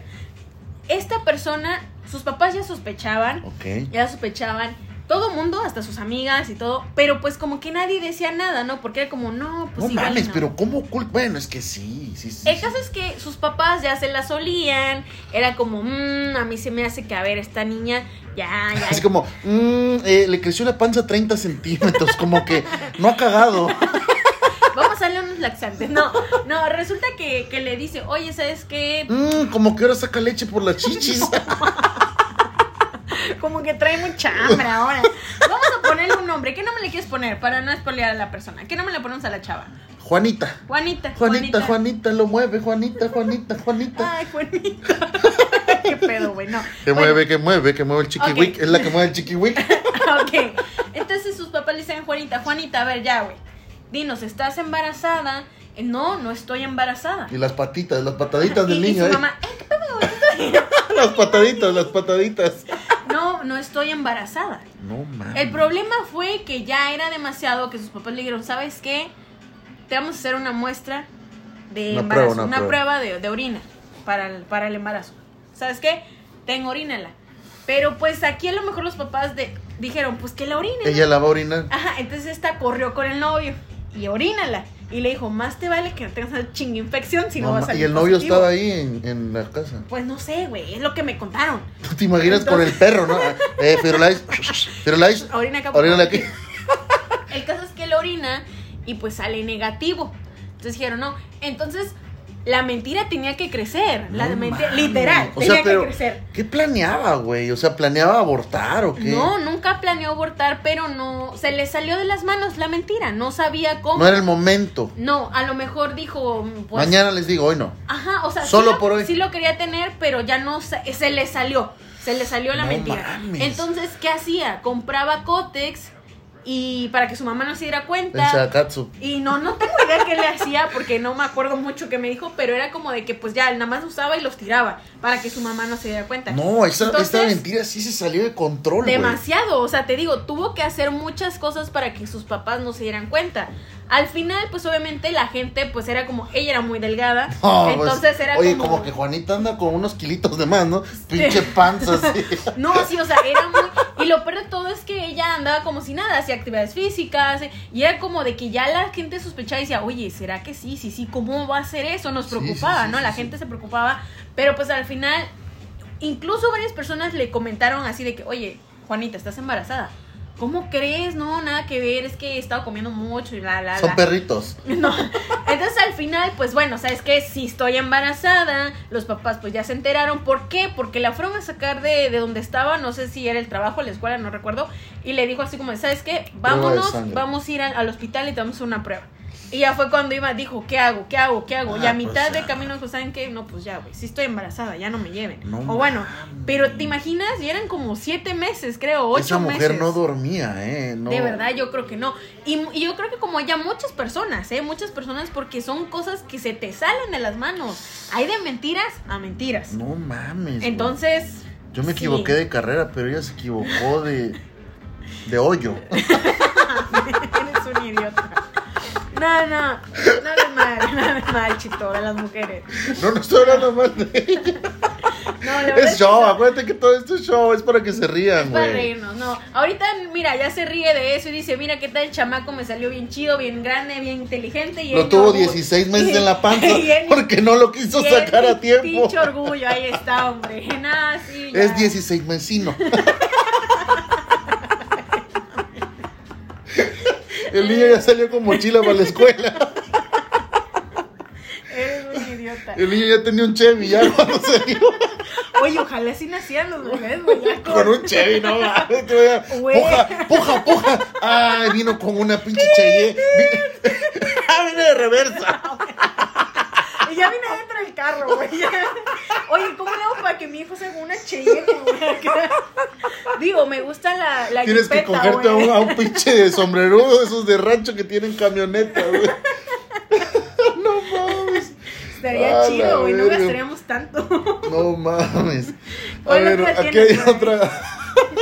B: Esta persona, sus papás ya sospechaban,
A: Ok.
B: ya sospechaban, todo mundo, hasta sus amigas y todo, pero pues como que nadie decía nada, ¿no? Porque era como, no, pues
A: no
B: igual
A: mames,
B: no".
A: pero ¿cómo culpa? Bueno, es que sí, sí, sí.
B: El caso es que sus papás ya se la solían, era como, "Mm, a mí se me hace que, a ver, esta niña, ya, ya.
A: Así como, mm, eh, le creció la panza 30 centímetros, como que no ha cagado.
B: Vamos a darle unos laxantes. No, no, resulta que, que le dice, oye, ¿sabes qué?
A: Mm, como que ahora saca leche por las chichis.
B: Como que trae mucha hambre ahora. Vamos a ponerle un nombre. ¿Qué nombre le quieres poner para no espolear a la persona? ¿Qué nombre le ponemos a la chava?
A: Juanita.
B: Juanita.
A: Juanita, Juanita, lo mueve, Juanita, Juanita, Juanita.
B: Ay, Juanita. Qué pedo, güey, no.
A: Que
B: Bueno,
A: mueve, que mueve, que mueve el
B: Ok.
A: chiquiwick. Es la que mueve el chiquiwick.
B: Ok. Entonces sus papás le dicen, Juanita, Juanita, a ver, ya, güey. Dinos, ¿estás embarazada? "Eh, No, no estoy embarazada.
A: Y las patitas, las pataditas del
B: Y- y
A: niño,
B: su
A: ¿eh?
B: mamá, "Eh, ¿qué pedo?
A: Las pataditas, las pataditas.
B: No, no estoy embarazada.
A: No mames.
B: El problema fue que ya era demasiado que sus papás le dijeron, ¿sabes qué? Te vamos a hacer una muestra de
A: Una
B: embarazo,
A: prueba, una
B: una
A: prueba.
B: prueba, de, de orina para el, para el embarazo. ¿Sabes qué? Ten, orínala. Pero pues aquí a lo mejor los papás de- dijeron, pues que Ah, la orinen.
A: Ella la va a orinar.
B: Ajá, entonces esta corrió con el novio y orínala. Y le dijo, más te vale que no tengas esa chinga infección si no,
A: No
B: vas
A: ma-
B: a salir
A: y el novio
B: positivo".
A: estaba ahí en, en la casa.
B: Pues no sé, güey, es lo que me contaron.
A: ¿Tú te imaginas con el perro, no? Eh, Firulais, Firulais,
B: Orina acá.
A: orínale aquí.
B: El caso es que la orina y pues sale negativo. Entonces dijeron, no. Entonces, la mentira tenía que crecer. La
A: No
B: mentira,
A: mames.
B: literal,
A: O
B: tenía
A: sea, pero,
B: que crecer.
A: ¿Qué planeaba, güey? O sea, ¿planeaba abortar o qué?
B: No, nunca planeó abortar, pero no. Se le salió de las manos la mentira. No sabía cómo.
A: No era el momento.
B: No, a lo mejor dijo. mm, Pues,
A: Mañana les digo, hoy no.
B: Ajá, o sea,
A: Solo
B: sí,
A: por
B: lo,
A: hoy.
B: sí lo quería tener, pero ya no sa- se le salió. Se le salió la
A: No
B: mentira.
A: mames.
B: Entonces, ¿qué hacía? Compraba Cotex y para que su mamá no se diera
A: El
B: cuenta.
A: Shakatsu.
B: Y no, no tengo idea qué le hacía porque no me acuerdo mucho qué me dijo, pero era como de que pues ya, nada más usaba y los tiraba para que su mamá no se diera cuenta.
A: No, esa,
B: Entonces,
A: esta mentira sí se salió de control, güey.
B: Demasiado, o sea, te digo, tuvo que hacer muchas cosas para que sus papás no se dieran cuenta. Al final, pues obviamente la gente, pues era como, ella era muy delgada,
A: No, pues,
B: entonces era
A: oye, como... que Juanita anda con unos kilitos de más, ¿no? Pinche panza así.
B: No, sí, o sea, era muy... Y lo peor de todo es que ella andaba como si nada, hacía actividades físicas, eh, y era como de que ya la gente sospechaba y decía, oye, ¿será que sí? Sí, sí, ¿cómo va a ser eso? Nos
A: Sí, sí,
B: preocupaba,
A: sí,
B: ¿no?
A: sí,
B: la
A: sí.
B: gente se preocupaba, pero pues al final, incluso varias personas le comentaron así de que, oye, Juanita, estás embarazada. ¿Cómo crees? No, nada que ver, es que he estado comiendo mucho y la, la,
A: Son
B: la.
A: perritos.
B: No. Entonces al final, pues bueno, ¿sabes qué? Si estoy embarazada, los papás pues ya se enteraron. ¿Por qué? Porque la fueron a sacar de, de donde estaba, no sé si era el trabajo, la escuela, no recuerdo. Y le dijo así como, ¿sabes qué?
A: de
B: Vámonos,
A: sangre.
B: vamos a ir al, al hospital y te vamos a hacer una prueba. Y ya fue cuando iba, dijo, ¿qué hago? ¿Qué hago? ¿Qué hago? y
A: Ah,
B: a
A: pues,
B: mitad
A: ah.
B: de camino dijo, ¿saben qué? No, pues ya, güey, sí estoy embarazada, ya no me lleven.
A: No
B: o bueno,
A: mames.
B: pero te imaginas, y eran como siete meses, creo, ocho
A: Esa mujer
B: meses.
A: no dormía, ¿eh? No.
B: De verdad, yo creo que no. Y, y yo creo que como ya muchas personas, ¿eh? Muchas personas porque son cosas que se te salen de las manos. Hay de mentiras a mentiras.
A: No mames. güey.
B: Entonces,
A: Yo me
B: sí.
A: equivoqué de carrera, pero ella se equivocó de. de hoyo.
B: eres un idiota. No, no, no de mal, no de mal, chito, de las mujeres.
A: No, no estoy hablando mal de ella.
B: No, la verdad
A: Es
B: que
A: show,
B: no.
A: acuérdate que todo esto es show, es para que se rían,
B: Para
A: güey.
B: reírnos, no. Ahorita, mira, ya se ríe de eso y dice, mira qué tal el chamaco me salió bien chido, bien grande, bien inteligente. Y él
A: Lo tuvo
B: orgullo-
A: 16 meses en la panza
B: Y él-
A: porque no lo quiso
B: y él
A: sacar a
B: mi
A: tiempo.
B: pues, Pinche orgullo, ahí está, hombre. Nada, sí, ya.
A: Es 16 mesino. El niño ya salió con mochila para la escuela.
B: Eres un idiota.
A: El niño ya tenía un Chevy ya cuando salió.
B: Oye, ojalá así nacían los bebés, güey. ya
A: Con un Chevy, no mames. te voy a-
B: Güey.
A: Puja, puja, puja. Ay, vino con una pinche Cheyenne. Vi- Ah, vino de reversa.
B: Y ya vine adentro del carro, güey. ya. Oye, ¿cómo le hago para que mi hijo se haga una Cheyenne, güey? acá? Digo, me gusta la, la
A: Tienes que
B: jipeta,
A: cogerte a
B: güey.
A: un, a un pinche de sombrerudo de esos de rancho que tienen camioneta, güey. No mames.
B: Estaría
A: A Ah, la
B: chido, güey. No
A: verga.
B: gastaríamos tanto.
A: No mames. A
B: Hola,
A: ver,
B: ¿qué
A: aquí hay
B: tienes, güey?
A: otra.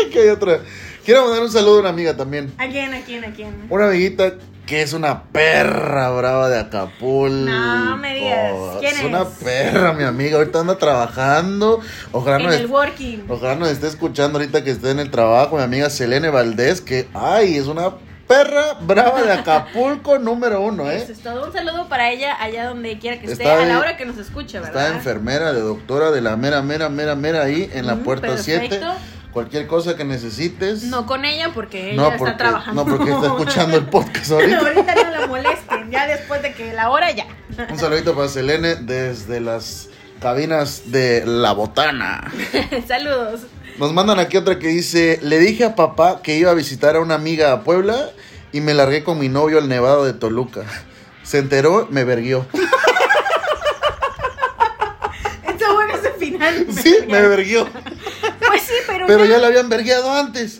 A: Aquí hay otra. Quiero mandar un saludo a una amiga también.
B: ¿A quién, a quién, a quién?
A: Una amiguita que es una perra brava de Acapulco.
B: No me digas. ¿Quién
A: es?
B: es?
A: Una perra, mi amiga. Ahorita anda trabajando. Ojalá
B: En
A: no
B: el
A: est-
B: working.
A: Ojalá nos esté escuchando ahorita que esté en el trabajo, mi amiga Selene Valdés, que, ay, es una perra brava de Acapulco número uno,
B: Eso
A: ¿eh?
B: es todo. Un saludo para ella allá donde quiera que esté,
A: Está
B: a
A: ahí-
B: la hora que nos escuche, ¿verdad?
A: Está enfermera, de doctora, de la mera, mera, mera, mera ahí en la
B: Mm,
A: puerta 7.
B: perfecto.
A: Cualquier cosa que necesites.
B: No con ella porque ella
A: No,
B: está trabajando.
A: no, porque está escuchando el podcast
B: Ahorita.
A: ahorita.
B: no la molesten, ya después de que la hora ya.
A: Un saludito para Selene desde las cabinas de La Botana.
B: Saludos.
A: Nos mandan aquí otra que dice, le dije a papá que iba a visitar a una amiga a Puebla y me largué con mi novio al Nevado de Toluca. Se enteró, me verguió.
B: Está bueno ese final.
A: Sí, me verguió.
B: Pues sí, pero,
A: Pero ya la habían verguiado antes.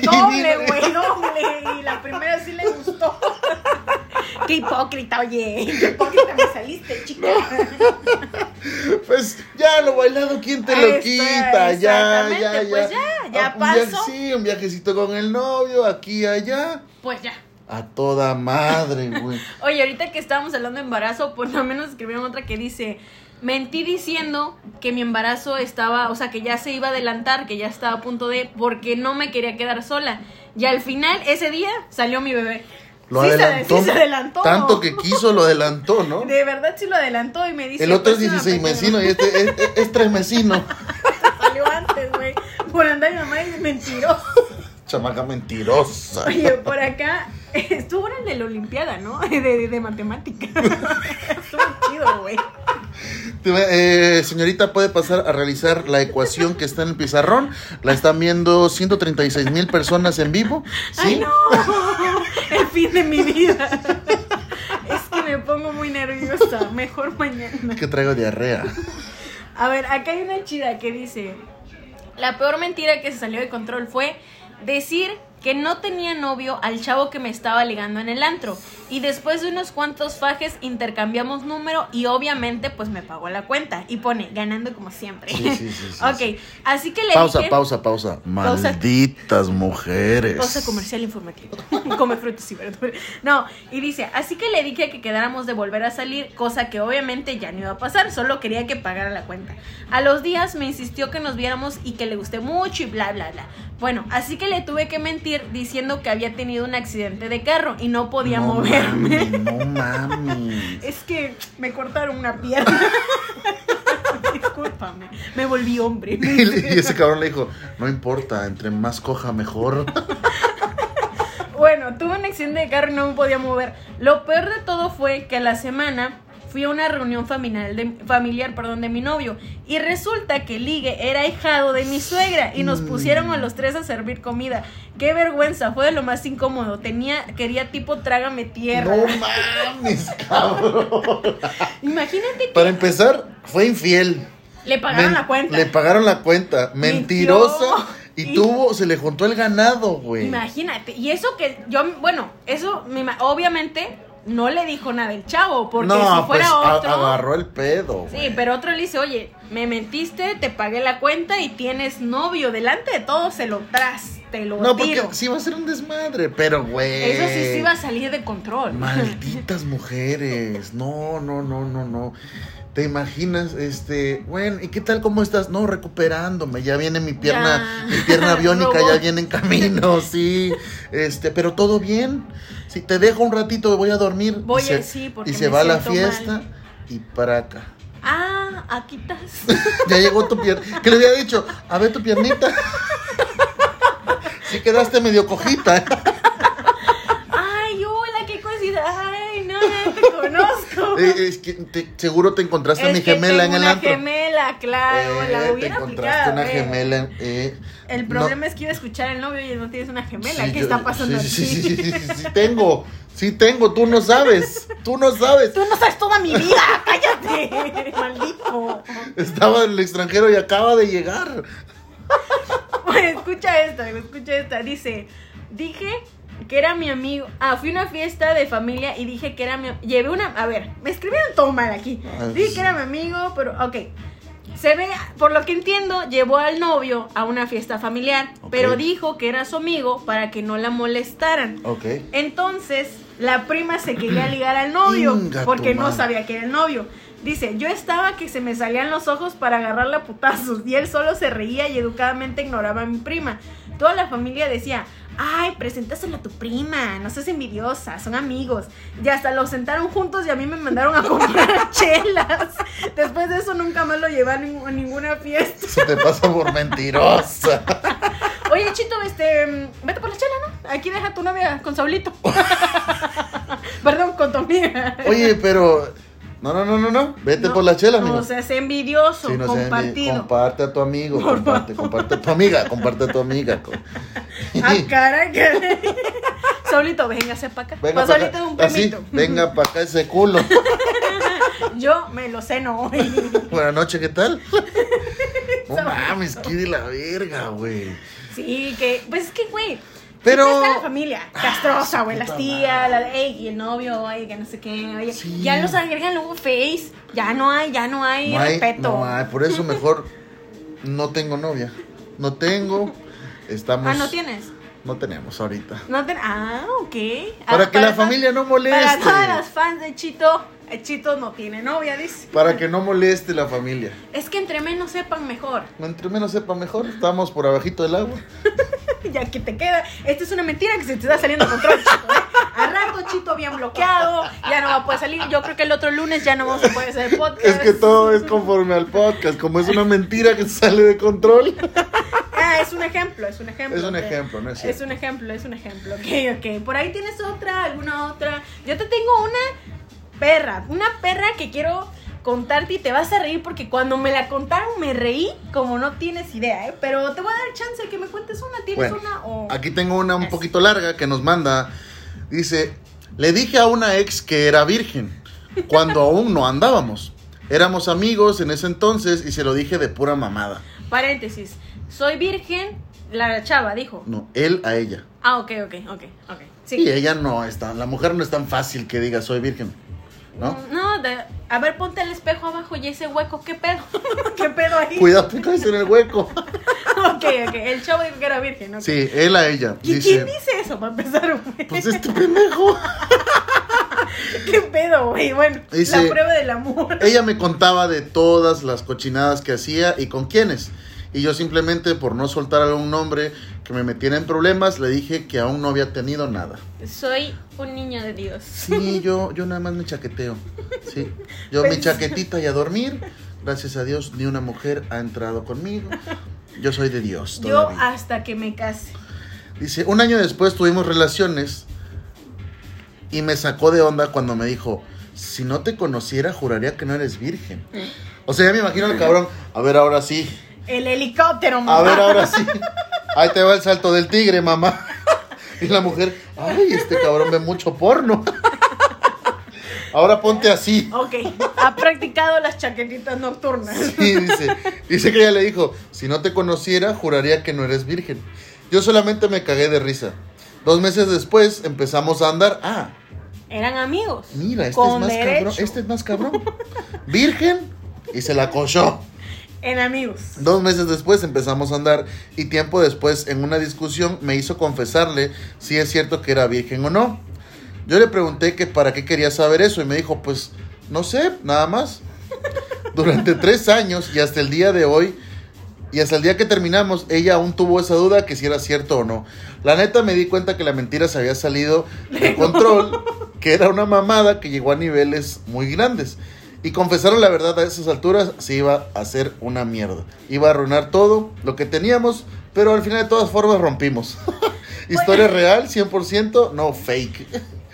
A: Y
B: doble,
A: vino-
B: güey, doble. Y la primera sí le gustó. Qué hipócrita, oye. Qué hipócrita me saliste, chica.
A: Pues ya lo bailado, ¿quién te lo
B: Ahí está,
A: quita? Ya,
B: exactamente,
A: ya, ya.
B: pues ya, ya
A: Ah, un viaje-
B: pasó.
A: sí, un viajecito con el novio, aquí, allá.
B: Pues ya.
A: A toda madre, güey.
B: Oye, ahorita que estábamos hablando de embarazo, por lo menos escribieron otra que dice, mentí diciendo que mi embarazo estaba, o sea, que ya se iba a adelantar, que ya estaba a punto de, porque no me quería quedar sola. Y al final, ese día, salió mi bebé.
A: Lo
B: Sí se-
A: adelantó.
B: sí se adelantó.
A: Tanto que quiso, lo adelantó, ¿no?
B: De verdad sí lo adelantó y me dice...
A: El otro es
B: "Pues, no,
A: 16
B: pues,
A: mesino y este es, es, es tres mesino.
B: Salió antes, güey. Por andar mi mamá es mentiroso.
A: Chamaca mentirosa.
B: Oye, por acá estuvo en el de la Olimpiada, ¿no? De, de, de matemática. Estuvo chido, güey.
A: Eh, señorita, puede pasar a realizar la ecuación que está en el pizarrón. La están viendo 136 mil personas en vivo. ¿Sí?
B: ¡Ay, no! El fin de mi vida. Es que me pongo muy nerviosa. Mejor mañana.
A: Que traigo diarrea.
B: A ver, acá hay una chida que dice: La peor mentira que se salió de control fue decir que no tenía novio al chavo que me estaba ligando en el antro. Y después de unos cuantos fajes intercambiamos número y obviamente pues me pagó la cuenta. Y pone, ganando como siempre.
A: Sí, sí, sí, sí,
B: ok,
A: sí.
B: así que le
A: Pausa,
B: dije...
A: pausa, pausa.
B: Pausa.
A: Malditas mujeres.
B: Pausa comercial informativa. Come frutas y verduras. No, y dice, así que le dije que quedáramos de volver a salir, cosa que obviamente ya no iba a pasar, solo quería que pagara la cuenta. A los días me insistió que nos viéramos y que le gusté mucho y bla, bla, bla. Bueno, así que le tuve que mentir diciendo que había tenido un accidente de carro y no podía
A: No
B: moverme.
A: mames, No mames.
B: Es que me cortaron una pierna. Discúlpame, me volví hombre.
A: Y, le- y ese cabrón le dijo, no importa, entre más coja mejor.
B: Bueno, tuve un accidente de carro y no me podía mover. Lo peor de todo fue que a la semana fui a una reunión familiar de, familiar, perdón, de mi novio y resulta que Ligue era hijado de mi suegra y nos pusieron a los tres a servir comida. Qué vergüenza, fue de lo más incómodo. Tenía quería tipo trágame tierra.
A: No mames, cabrón.
B: Imagínate que
A: Para empezar, fue infiel.
B: le pagaron
A: Men-
B: la cuenta.
A: Le pagaron la cuenta. Mentirosa. Y
B: Y-
A: tuvo, se le juntó el ganado, güey.
B: Imagínate, y eso que yo, bueno, eso me ima- obviamente no le dijo nada el chavo, porque si fuera
A: pues, a-
B: otro.
A: agarró el pedo.
B: Sí,
A: güey.
B: pero otro le dice, oye, me mentiste, te pagué la cuenta y tienes novio. Delante de todos se lo tras, te lo
A: No, porque eh,
B: tiro.
A: sí va a ser un desmadre, pero güey.
B: Eso sí se iba a salir de control.
A: Malditas mujeres. No, no, no, no, no. ¿Te imaginas? Este, bueno, ¿y qué tal cómo estás? No, recuperándome. Ya viene mi pierna,
B: Ya.
A: mi pierna biónica ya
B: Robot.
A: viene en camino, sí. Este, pero todo bien. Si te dejo un ratito, voy a dormir.
B: Voy
A: y
B: a-
A: se,
B: sí, porque
A: y se
B: me
A: va a la
B: siento mal.
A: fiesta y para acá.
B: Ah, aquí estás.
A: Ya llegó tu pierna. ¿Qué le había dicho? A ver tu piernita. Sí quedaste medio cojita. ¿eh?
B: Ay, hola, qué cosita. Ay, no, no te conozco.
A: Eh, es que te- seguro te encontraste a mi
B: Es que
A: gemela en
B: tengo
A: el
B: una
A: antro.
B: gemela, claro,
A: Eh,
B: la
A: te
B: hubiera
A: encontraste
B: aplicado.
A: una
B: eh.
A: gemela. en- eh,
B: El
A: no-
B: problema es que iba a escuchar el novio y no tienes una gemela.
A: Sí,
B: ¿Qué
A: yo-
B: está pasando
A: sí,
B: aquí?
A: sí, sí, sí, sí, sí, sí, tengo, sí tengo, tú no sabes, tú no sabes.
B: Tú no sabes toda mi vida, cállate, maldito.
A: Estaba en el extranjero y acaba de llegar.
B: Bueno, escucha esta, escucha esta. Dice, dije que era mi amigo. Ah, fui a una fiesta de familia y dije que era mi Llevé una. A ver, me escribieron todo mal aquí.
A: Ah,
B: Dije
A: sí.
B: que era mi amigo, pero. Ok. Se ve, por lo que entiendo, llevó al novio a una fiesta familiar,
A: Ok.
B: pero dijo que era su amigo para que no la molestaran.
A: Ok.
B: Entonces, la prima se quería ligar al novio
A: Inga tu
B: porque no
A: madre.
B: sabía que era el novio. Dice, yo estaba que se me salían los ojos para agarrarla a putazos y él solo se reía y educadamente ignoraba a mi prima. Toda la familia decía, ay, preséntaselo a tu prima, no seas envidiosa, son amigos. Y hasta los sentaron juntos y a mí me mandaron a comprar chelas. Después de eso nunca más lo llevé a ning- a ninguna fiesta.
A: Se te pasa por mentirosa.
B: Oye, Chito, este, mm, vete por la chela, ¿no? Aquí deja a tu novia con Saulito. Perdón, con tu amiga.
A: Oye, pero. No, no, no, no, no. Vete
B: No,
A: por la chela, amigo.
B: No seas envidioso,
A: Sí, no sé,
B: compartido.
A: comparte a tu amigo,
B: Por
A: comparte, comparte a tu amiga, comparte a tu amiga. co-
B: Ah, caray, que- Saulito, véngase para acá.
A: Venga
B: Pa'
A: pa'
B: Saulito
A: acá,
B: es un
A: así,
B: primito.
A: venga para acá ese culo.
B: Yo me lo ceno hoy.
A: Buenas noches, ¿qué tal? No mames, qué de la verga, güey.
B: Sí, que, pues es que, güey.
A: Pero- Ah,
B: siempre está la familia castrosa, güey, las
A: puta
B: tías, la, ey, y el novio, oye, que no sé qué, oye,
A: Sí.
B: ya los agregan luego Face, ya no hay, ya no hay
A: No hay,
B: respeto.
A: no hay, por eso mejor no tengo novia. No tengo, estamos.
B: ah, no tienes.
A: no tenemos ahorita.
B: No te- Ah, ok. Ah,
A: Para que la
B: todas-
A: familia este. no
B: Para
A: moleste.
B: todas las fans de Chito, eh, Chito no tiene novia, dice.
A: Para que no moleste la familia.
B: Es que entre menos sepan mejor.
A: Entre menos sepa mejor, estamos por abajito del agua.
B: Ya que te queda. Esta es una mentira que se te está saliendo de control, Chito. ¿eh? Al rato, Chito bien bloqueado. Ya no va a poder salir. Yo creo que el otro lunes ya no vamos a poder hacer podcast.
A: Es que todo es conforme al podcast, como es una mentira que sale de control.
B: Ah, es un ejemplo, es un ejemplo.
A: Es un
B: ok.
A: ejemplo, no es cierto.
B: Es un ejemplo, es un ejemplo. Ok, ok. Por ahí tienes otra, alguna otra. Yo te tengo una perra, una perra que quiero contarte y te vas a reír porque cuando me la contaron me reí como no tienes idea, ¿eh? Pero te voy a dar chance de que me cuentes una. ¿Tienes
A: Bueno,
B: una o...?
A: Aquí tengo una un
B: Es.
A: poquito larga que nos manda. Dice, le dije a una ex que era virgen cuando aún no andábamos. Éramos amigos en ese entonces y se lo dije de pura mamada.
B: Paréntesis. Soy virgen, la chava dijo.
A: No, él a ella.
B: Ah, ok, ok, ok, ok.
A: Y
B: Sí.
A: ella no es tan, la mujer no es tan fácil que diga soy virgen. ¿No?
B: No, de- a ver, ponte el espejo abajo y ese hueco, ¿qué pedo? ¿Qué pedo ahí?
A: Cuidado, te caes en el hueco.
B: Ok, ok. El chavo dijo que era virgen, ¿no?
A: Sí, él a ella.
B: ¿Qui-
A: Dice,
B: ¿Quién dice eso para empezar, güey?
A: pues este pendejo.
B: ¿Qué pedo, güey? Bueno,
A: Dice-
B: la prueba del amor.
A: Ella me contaba de todas las cochinadas que hacía y con quiénes. Y yo simplemente por no soltar algún nombre que me metiera en problemas, le dije que aún no había tenido nada.
B: Soy un niño de Dios.
A: Sí, yo, yo nada más me chaqueteo. Sí. Yo mi
B: Pues-
A: chaquetita y a dormir. Gracias a Dios, ni una mujer ha entrado conmigo. Yo soy de Dios.
B: Yo
A: pues, todavía.
B: hasta que me case.
A: Dice, un año después tuvimos relaciones y me sacó de onda cuando me dijo, si no te conociera, juraría que no eres virgen. O sea, ya me imagino al cabrón. A ver, ahora sí.
B: El helicóptero, mamá.
A: A ver, ahora sí. Ahí te va el salto del tigre, mamá. Y la mujer, ay, este cabrón ve mucho porno. Ahora ponte así.
B: Ok, ha practicado las chaquetitas nocturnas.
A: Sí, dice, dice que ella le dijo, si no te conociera, juraría que no eres virgen. Yo solamente me cagué de risa. Dos meses después empezamos a andar. Ah,
B: Eran amigos.
A: mira, este
B: Con
A: es más
B: derecho.
A: cabrón. Este es más cabrón. Virgen y se la cochó.
B: En amigos.
A: Dos meses después empezamos a andar y tiempo después en una discusión me hizo confesarle si es cierto que era virgen o no. Yo le pregunté que para qué quería saber eso y me dijo pues no sé, nada más. Durante tres años y hasta el día de hoy y hasta el día que terminamos ella aún tuvo esa duda que si era cierto o no. La neta me di cuenta que la mentira se había salido de control, que era una mamada que llegó a niveles muy grandes. Y confesaron la verdad a esas alturas, se iba a hacer una mierda. Iba a arruinar todo lo que teníamos, pero al final de todas formas rompimos. Historia real, 100%, no fake.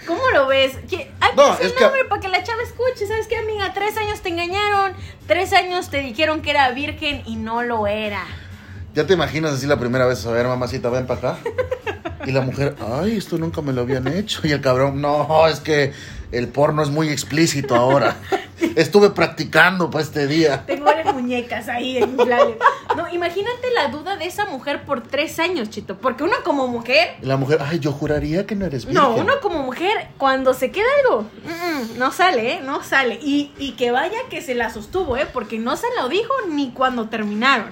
B: ¿Cómo lo ves? ¿Qué? pues Hay que
A: No,
B: decir
A: es
B: el
A: que-
B: nombre para que la chava escuche. ¿Sabes qué, amiga? Tres años te engañaron. Tres años te dijeron que era virgen y no lo era.
A: Ya te imaginas así la primera vez, a ver, mamacita, ven para acá. Y la mujer, ay, esto nunca me lo habían hecho. Y el cabrón, no, es que el porno es muy explícito ahora. Estuve practicando para este día.
B: Tengo varias muñecas ahí en inflables. No, imagínate la duda de esa mujer por tres años, Chito. Porque uno como mujer...
A: Y la mujer, ay, yo juraría que no eres virgen.
B: No, uno como mujer, cuando se queda algo, mm, mm, no sale, ¿eh? No sale. Y, y que vaya que se la sostuvo, ¿eh? Porque no se lo dijo ni cuando terminaron.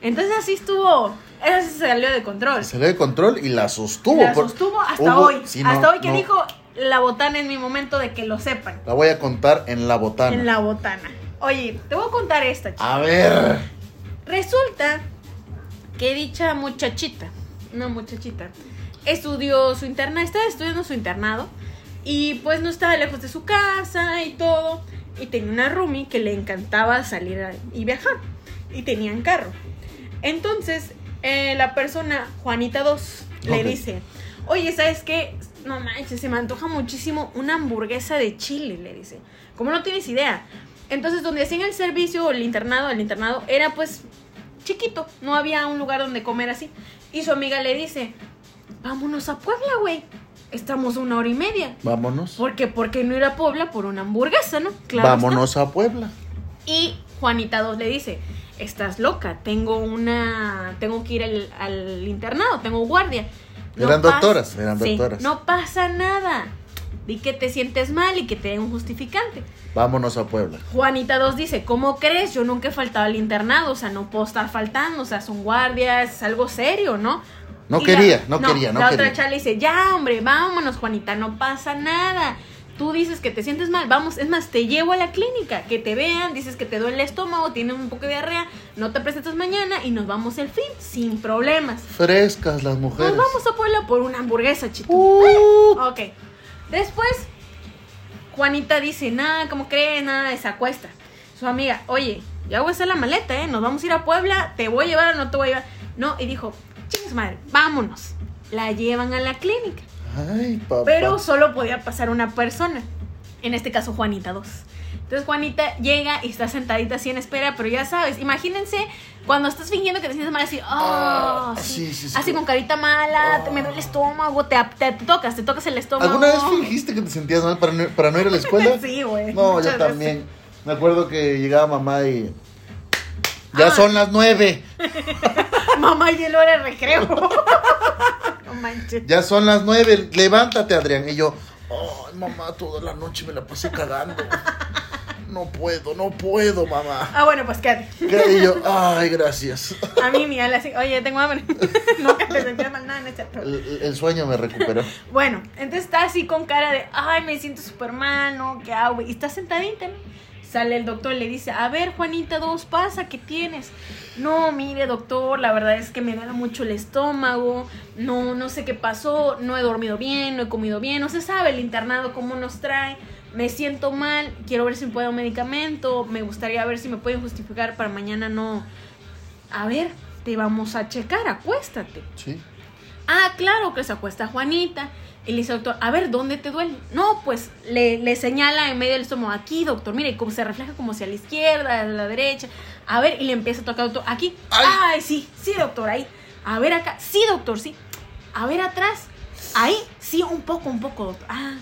B: Entonces así estuvo... Eso se salió de control.
A: Se le de control y la sostuvo.
B: la
A: por-
B: sostuvo hasta
A: hubo-
B: hoy.
A: sí, no,
B: hasta hoy que
A: no.
B: dijo la botana en mi momento de que lo sepan.
A: La voy a contar en la botana.
B: En la botana. Oye, te voy a contar esta, chica.
A: A ver.
B: Resulta que dicha muchachita, una muchachita, estudió su internado, estaba estudiando su internado y pues no estaba lejos de su casa y todo. Y tenía una roomie que le encantaba salir a- y viajar. Y tenían carro. Entonces, eh, la persona, Juanita 2, le
A: Ok.
B: dice, oye, ¿sabes qué? No manches, se me antoja muchísimo una hamburguesa de chile, le dice. Como no tienes idea. Entonces, donde hacían el servicio o el internado, el internado era pues chiquito, no había un lugar donde comer así. Y su amiga le dice, vámonos a Puebla, güey. Estamos a una hora y media.
A: Vámonos.
B: Porque, ¿por qué no ir a Puebla por una hamburguesa, no? está.
A: Vámonos a Puebla.
B: Y Juanita 2 le dice, estás loca, tengo una, tengo que ir al, al internado, tengo guardia.
A: Eran
B: pas-
A: doctoras, eran
B: Sí,
A: doctoras.
B: No pasa nada. Di que te sientes mal y que te den un justificante.
A: Vámonos a Puebla.
B: Juanita 2 dice, ¿cómo crees? Yo nunca he faltado al internado, o sea, no puedo estar faltando, o sea, son guardias, es algo serio, ¿no?
A: No
B: Y
A: quería,
B: la-
A: no, quería, no
B: La
A: quería.
B: otra chale dice, ya, hombre, vámonos, Juanita, no pasa nada. Tú dices que te sientes mal, vamos, es más, te llevo a la clínica, que te vean, dices que te duele el estómago, tienes un poco de diarrea, no te presentas mañana y nos vamos el fin, sin problemas.
A: Frescas las
B: Nos
A: mujeres.
B: vamos a Puebla por una hamburguesa, chito.
A: Uh,
B: Ok. Después, Juanita dice, nada, ¿cómo cree? Nada, se acuesta. Su amiga, oye, ya voy a hacer la maleta, ¿eh? Nos vamos a ir a Puebla, te voy a llevar o no te voy a llevar. No, y dijo, chingas madre, vámonos. La llevan a la clínica.
A: Ay, papá.
B: Pero solo podía pasar una persona. En este caso, Juanita 2. Entonces Juanita llega y está sentadita así en espera, pero ya sabes, imagínense cuando estás fingiendo que te sientes mal así, oh,
A: Ah,
B: sí,
A: sí, sí, sí.
B: así con carita mala, te- me duele el estómago, te, te- te tocas, te tocas el estómago.
A: ¿Alguna vez fingiste que te sentías mal para no, para no ir a la escuela?
B: Sí, güey.
A: No,
B: muchas
A: yo también. Me acuerdo que llegaba mamá y. Ya
B: Ah.
A: son las nueve.
B: veces. Mamá y el hora de recreo. no manches.
A: Ya son las nueve. Levántate, Adrián. Y yo, ay, mamá, toda la noche me la pasé cagando. No puedo, no puedo, mamá.
B: Ah, bueno, pues Katy.
A: Y yo, ay, gracias.
B: A mí, mira, así, oye, tengo hambre. Nunca te sentía mal nada en este
A: El, el sueño me recuperó.
B: Bueno, entonces está así con cara de, ay, me siento súper mal, ¿no? ¿Qué hago? Y está sentadita, ¿no? Sale el doctor y le dice, a ver, Juanita, dos pasa, ¿qué tienes? No, mire, doctor, la verdad es que me duele mucho el estómago, no, no sé qué pasó, no he dormido bien, no he comido bien, no se sabe el internado cómo nos trae, me siento mal, quiero ver si me puede dar un medicamento, me gustaría ver si me pueden justificar para mañana no. A ver, te vamos a checar, acuéstate.
A: Sí.
B: Ah, claro, que se acuesta Juanita. Y le dice, doctor, a ver, ¿dónde te duele? No, pues le, le señala en medio del estómago, aquí, doctor, mire, como se refleja como si a la izquierda, a la derecha. A ver, y le empieza a tocar, doctor, aquí.
A: Ay.
B: Ay, sí, sí, doctor, ahí. A ver acá, sí, doctor, sí. A ver atrás, ahí, sí, un poco, un poco, doctor. Ah,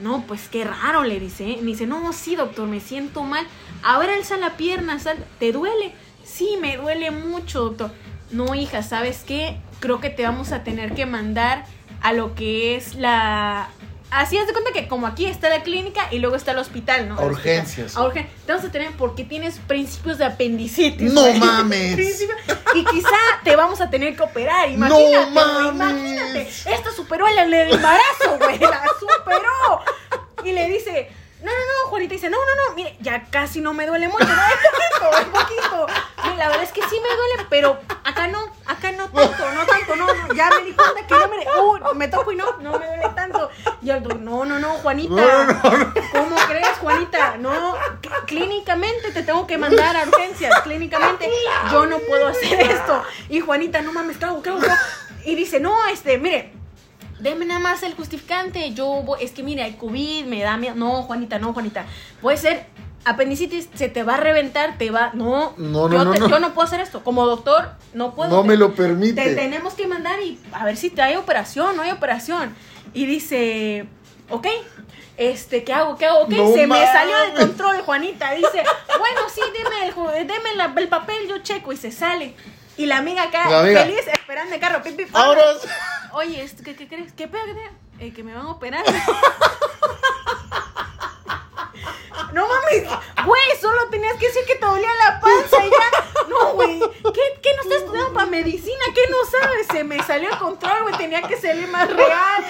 B: no, pues qué raro, le dice. ¿eh? Me dice, no, sí, doctor, me siento mal. A ver, alza la pierna, sal. ¿Te duele? Sí, me duele mucho, doctor. No, hija, ¿sabes qué? Creo que te vamos a tener que mandar a lo que es la... Así haz de cuenta que como aquí está la clínica y luego está el hospital, ¿no?
A: A
B: El hospital.
A: urgencias.
B: A urgen- Te vamos a tener porque tienes principios de apendicitis.
A: ¡No
B: güey.
A: mames!
B: Principio- Y quizá te vamos a tener que operar,
A: ¡No
B: imagínate. güey,
A: mames!
B: Imagínate. Esta superó el, el embarazo, güey. La superó. Y le dice, no, no, no, Juanita dice, no, no, no, mire, ya casi no me duele mucho, no, es poquito, es poquito. Y la verdad es que sí me duele, pero acá no, acá no tanto, no tanto, no, no, ya me di cuenta que no me, uh, me toco y no, no me duele tanto. Y el doctor, no, no, no, Juanita,
A: No, no, no.
B: ¿cómo crees, Juanita? No, cl- clínicamente te tengo que mandar a urgencias, clínicamente yo no puedo hacer esto. Y Juanita, no mames, claro, claro, claro. Y dice, no, este, mire, Deme nada más el justificante. Yo voy- es que mira, hay COVID, me da miedo. No, Juanita, no, Juanita. Puede ser apendicitis, se te va a reventar, te va. No,
A: No, no,
B: yo,
A: no,
B: te-
A: no.
B: yo no puedo hacer esto. Como doctor, no puedo.
A: No
B: Te-
A: me lo
B: te
A: permite.
B: tenemos que mandar y a ver si te hay operación, no hay operación. Y dice, ok, este, ¿qué hago? ¿Qué hago? Ok,
A: No
B: se me
A: mames.
B: salió de control, Juanita. Dice, bueno, sí, deme el, ju- deme la- el papel, yo checo. Y se sale. Y la amiga acá,
A: La amiga.
B: feliz, esperando el carro. pip, pip, pam.
A: Ahora
B: Oye, esto- ¿qué, ¿qué crees? ¿Qué pedo que te- eh, que me van a operar. No mames, güey, solo tenías que decir que te dolía la panza y ya. No, güey, ¿qué, qué no estás estudiando para medicina? ¿Qué no sabes? Se me salió el control, güey, tenía que salir más real.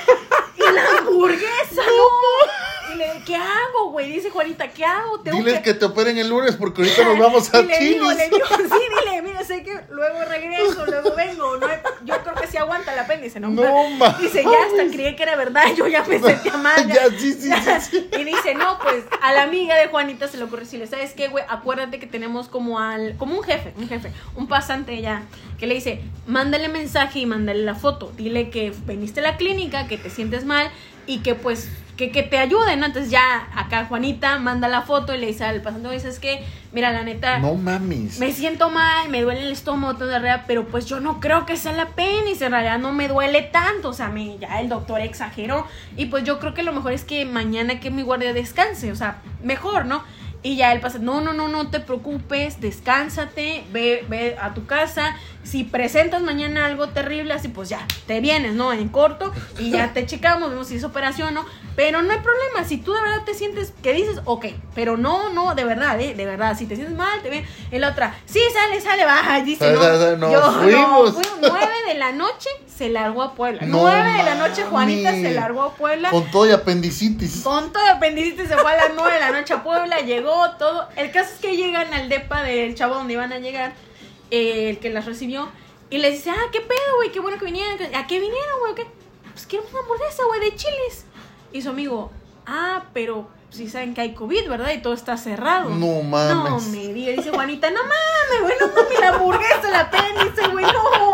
B: Y la hamburguesa, no. Y le, ¿qué hago, güey? Dice Juanita, ¿qué hago? Tengo
A: diles que te operen el lunes porque ahorita nos vamos
B: y
A: a
B: le digo,
A: Chili's.
B: le digo, sí, dile, mira, sé que luego regreso, luego vengo. No, hay- yo creo que sí aguanta la pena. Dice, no,
A: No
B: ma-
A: mames.
B: Dice, ya hasta creí que era verdad, yo ya me sentía mal.
A: Ya, sí, sí, sí, sí.
B: Y dice, no, pues a la amiga de Juanita se le ocurre decirle, ¿sabes qué, güey? Acuérdate que tenemos como al, como un jefe, un jefe, un pasante ya, que le dice, mándale mensaje y mándale la foto. Dile que veniste a la clínica, que te sientes mal y que pues, que, que te ayuden, ¿no? Entonces ya acá Juanita manda la foto y le dice al pasante, oye, ¿sabes qué? Mira, la neta,
A: No mames.
B: me siento mal, me duele el estómago, todo en realidad, pero pues yo no creo que sea la penis, en realidad no me duele tanto, o sea, me, ya el doctor exageró, y pues yo creo que lo mejor es que mañana que mi guardia descanse, o sea, mejor, ¿no? Y ya él pasa, no, no, no, no te preocupes, descánsate, ve, ve a tu casa, si presentas mañana algo terrible, así pues ya, te vienes, ¿no? En corto, y ya te checamos, vemos si es operación o no, pero no hay problema, si tú de verdad te sientes que dices, ok, pero no, no, de verdad, ¿eh? de verdad, si te sientes mal, te vienes, en la otra, sí, sale, sale, baja, y dice,
A: Sale,
B: no,
A: sale, nos
B: yo
A: fuimos.
B: no, fui- nueve de la noche se largó a Puebla,
A: No
B: nueve de la noche Juanita
A: mames.
B: se largó a Puebla,
A: Con todo y apendicitis.
B: Tonto de apendicitis se fue a las 9 de la noche a Puebla, llegó todo. El caso es que llegan al depa del chavo donde iban a llegar, eh, el que las recibió, y les dice, ah, qué pedo, güey, qué bueno que vinieron. ¿A qué vinieron, güey? ¿Qué? Pues queremos una hamburguesa, güey, de chiles. Y su amigo, ah, pero si saben que hay COVID, ¿verdad? Y todo está cerrado.
A: No mames.
B: No me diga, dice Juanita, no mames, güey, no mames, la hamburguesa, la apéndice, güey, no.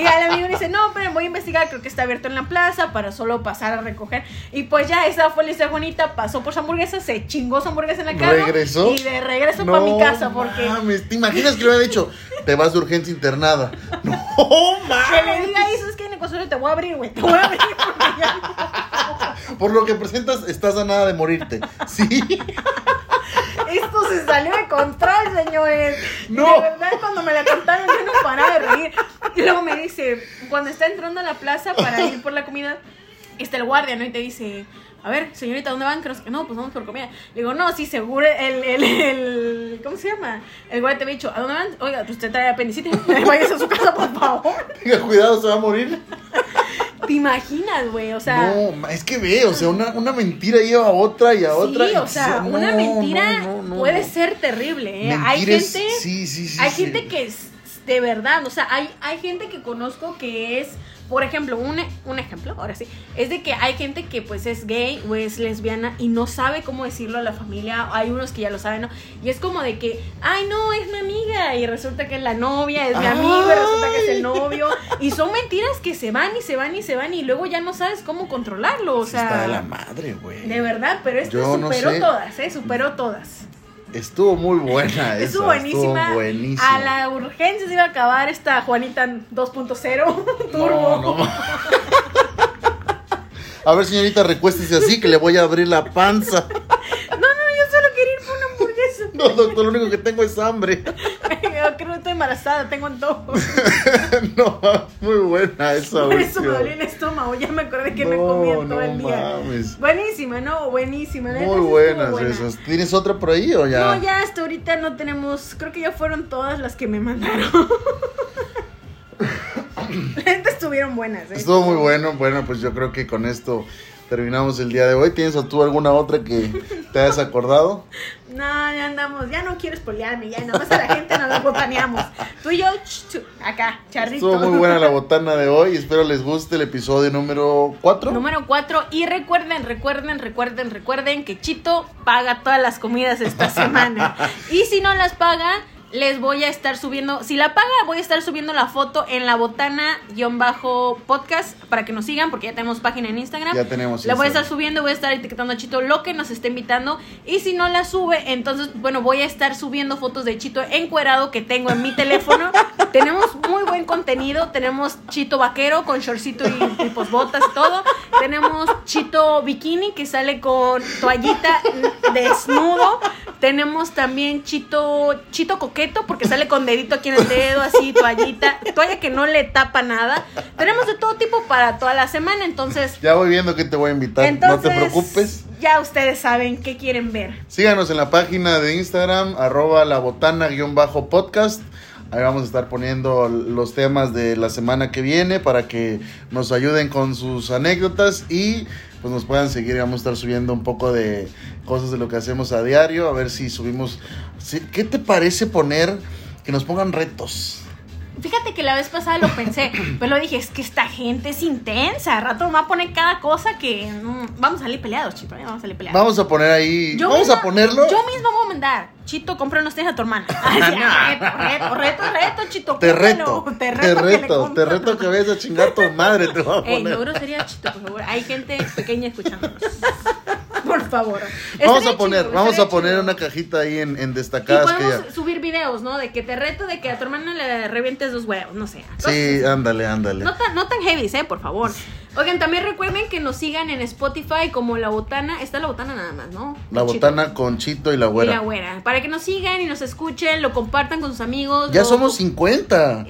B: Y al amigo le dice, no, pero voy a investigar, creo que está abierto en la plaza para solo pasar a recoger. Y pues ya, esa fue la historia de Juanita, pasó por su hamburguesa, se chingó su hamburguesa en la cara.
A: ¿Regresó?
B: Y de regreso para mi casa, porque
A: mames, ¿te imaginas que le hubieran dicho? Te vas de urgencia internada. No
B: que le
A: mames.
B: diga eso, es que en el consultorio te voy a abrir, güey, te voy a abrir. porque ya-
A: Por lo que presentas, estás a nada de morirte. Sí.
B: Esto se salió de control, señores.
A: No.
B: De verdad, cuando me la contaron, yo no paraba de reír. Y luego me dice, cuando está entrando a la plaza para ir por la comida, está el guardia, ¿no? Y te dice, a ver, señorita, ¿dónde van? Que No, sé qué. No, pues vamos por comida. Le digo, no, sí, seguro el, el, el- ¿cómo se llama? El guardia te había dicho, ¿a dónde van? Oiga, pues usted trae apendicitis, váyase a su casa, por favor.
A: Tenga cuidado, se va a morir.
B: ¿Te imaginas, güey? O sea...
A: no, ma- es que ve, o sea, una, una mentira lleva a otra y a otra.
B: sí,
A: y-
B: o sea,
A: no,
B: una mentira
A: no, no, no,
B: puede
A: no.
B: ser terrible, ¿eh? Hay
A: Mentir
B: gente...
A: es- Sí, sí, sí.
B: hay
A: sí.
B: gente que es de verdad, o sea, hay, hay gente que conozco que es por ejemplo, un, un ejemplo, ahora sí, es de que hay gente que pues es gay o es lesbiana y no sabe cómo decirlo a la familia, hay unos que ya lo saben, ¿no? Y es como de que, ay no, es mi amiga y resulta que es la novia, es mi amigo y resulta que es el novio y son mentiras que se van y se van y se van y luego ya no sabes cómo controlarlo, o
A: Sí está de la
B: sea,
A: madre, güey.
B: de verdad, pero este
A: Yo no
B: superó
A: sé.
B: todas, ¿eh? Superó todas.
A: Estuvo muy buena esa.
B: Estuvo buenísima.
A: Estuvo buenísima.
B: A la urgencia se iba a acabar esta Juanita 2.0 Turbo.
A: No, no. A ver, señorita, recuéstese así que le voy a abrir la panza.
B: yo solo quería ir por una hamburguesa.
A: No, doctor, lo único que tengo es hambre.
B: Yo creo que estoy embarazada, tengo antojo.
A: No, muy buena esa
B: Por eso me
A: versión.
B: dolía el estómago, ya me acordé que me
A: No,
B: comía todo
A: no
B: el día.
A: mames.
B: Buenísima, ¿no? Buenísima. la
A: Muy
B: neta sí
A: buenas
B: estuvo buena.
A: esas. ¿Tienes otra por ahí o ya?
B: No, ya hasta ahorita no tenemos, creo que ya fueron todas las que me mandaron. La neta estuvieron buenas, ¿eh?
A: Estuvo muy bueno. Bueno, pues yo creo que con esto terminamos el día de hoy. ¿Tienes tú alguna otra que te hayas acordado?
B: No, ya andamos, ya no quieres polearme, ya nada más a la gente nos la botaneamos. Tú y yo, ch, chu, acá, charrito.
A: Estuvo muy buena la botana de hoy. Espero les guste el episodio número 4.
B: Número 4, y recuerden, recuerden, recuerden, recuerden que Chito paga todas las comidas esta semana. y si no las paga, les voy a estar subiendo, si la paga, voy a estar subiendo la foto en la botana-podcast para que nos sigan, porque ya tenemos página en Instagram.
A: Ya tenemos
B: La voy a
A: Instagram.
B: estar subiendo, voy a estar etiquetando a Chito lo que nos esté invitando. Y si no la sube, entonces, bueno, voy a estar subiendo fotos de Chito encuerado que tengo en mi teléfono. tenemos muy buen contenido. Tenemos Chito vaquero con shortcito y, y, pues botas y todo. Tenemos Chito bikini que sale con toallita desnudo. Tenemos también Chito, Chito coqueto porque sale con dedito aquí en el dedo, así, toallita, toalla que no le tapa nada. Tenemos de todo tipo para toda la semana, entonces
A: Ya voy viendo que te voy a invitar. no te preocupes.
B: ya ustedes saben qué quieren ver.
A: Síganos en la página de Instagram, arroba la botana-podcast. Ahí vamos a estar poniendo los temas de la semana que viene para que nos ayuden con sus anécdotas y pues nos puedan seguir. Vamos a estar subiendo un poco de cosas de lo que hacemos a diario. A ver si subimos. si- ¿Qué te parece poner que nos pongan retos?
B: Fíjate que la vez pasada lo pensé, pero lo dije, es que esta gente es intensa. Al rato me va a poner cada cosa que... mm, vamos a salir peleados, Chito, ¿eh? vamos a salir peleados.
A: Vamos a poner ahí.
B: Yo
A: vamos
B: misma-
A: a ponerlo.
B: Yo misma voy a mandar. Chito, compra unos tenis a tu hermana. Ay, reto, reto, reto, reto, Chito.
A: Te
B: cómpralo.
A: reto,
B: Te reto.
A: te
B: que le
A: reto, te
B: compres.
A: reto que vayas a chingar a tu madre, te voy a
B: Ey,
A: poner.
B: no grosería, Chito, por favor. Hay gente pequeña escuchándonos. Por favor.
A: Vamos
B: Estaría
A: a poner,
B: chido,
A: vamos
B: estaría
A: a poner
B: chido.
A: una cajita ahí en, en
B: Y
A: destacadas que
B: podemos
A: ya.
B: subir videos, ¿no? De que te reto de que a tu hermano le revientes dos huevos, no sé.
A: Sí, ándale, ándale.
B: No tan, no tan heavy, ¿eh? Por favor. Oigan, también recuerden que nos sigan en Spotify como La Botana. Está La Botana nada más, ¿no?
A: La
B: Chito.
A: botana con Chito y la
B: Y La
A: güera.
B: Güera. Para que nos sigan y nos escuchen, lo compartan con sus amigos.
A: Ya
B: lo-
A: somos 50.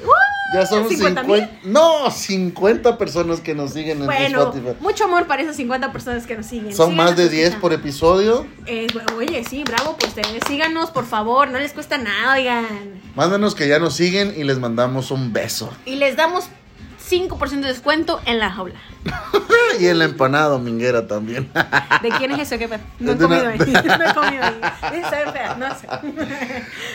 A: Ya somos 50.
B: 50 mil.
A: No, 50 personas que nos siguen en
B: Bueno,
A: Spotify.
B: mucho amor para esas 50 personas que nos siguen.
A: Son
B: Síganos
A: más de 10
B: escuchando.
A: por episodio.
B: Eh, bueno, oye, sí, bravo por ustedes. Síganos, por favor. No les cuesta nada, oigan.
A: Mándanos que ya nos siguen y les mandamos un beso.
B: Y les damos 5% de descuento en la jaula.
A: Ah, Y el empanado minguera también.
B: ¿De quién es eso? ¿Qué pedo? No he
A: Es de
B: comido
A: una-
B: ahí. No he comido ahí. Sí, sabe fea, no sé.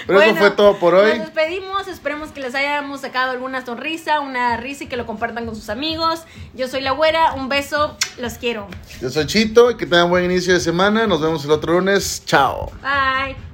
A: Pero eso fue todo por hoy.
B: Nos despedimos. Esperemos que les hayamos sacado alguna sonrisa, una risa y que lo compartan con sus amigos. Yo soy la güera. Un beso. Los quiero.
A: Yo soy Chito y que tengan buen inicio de semana. Nos vemos el otro lunes. Chao.
B: Bye.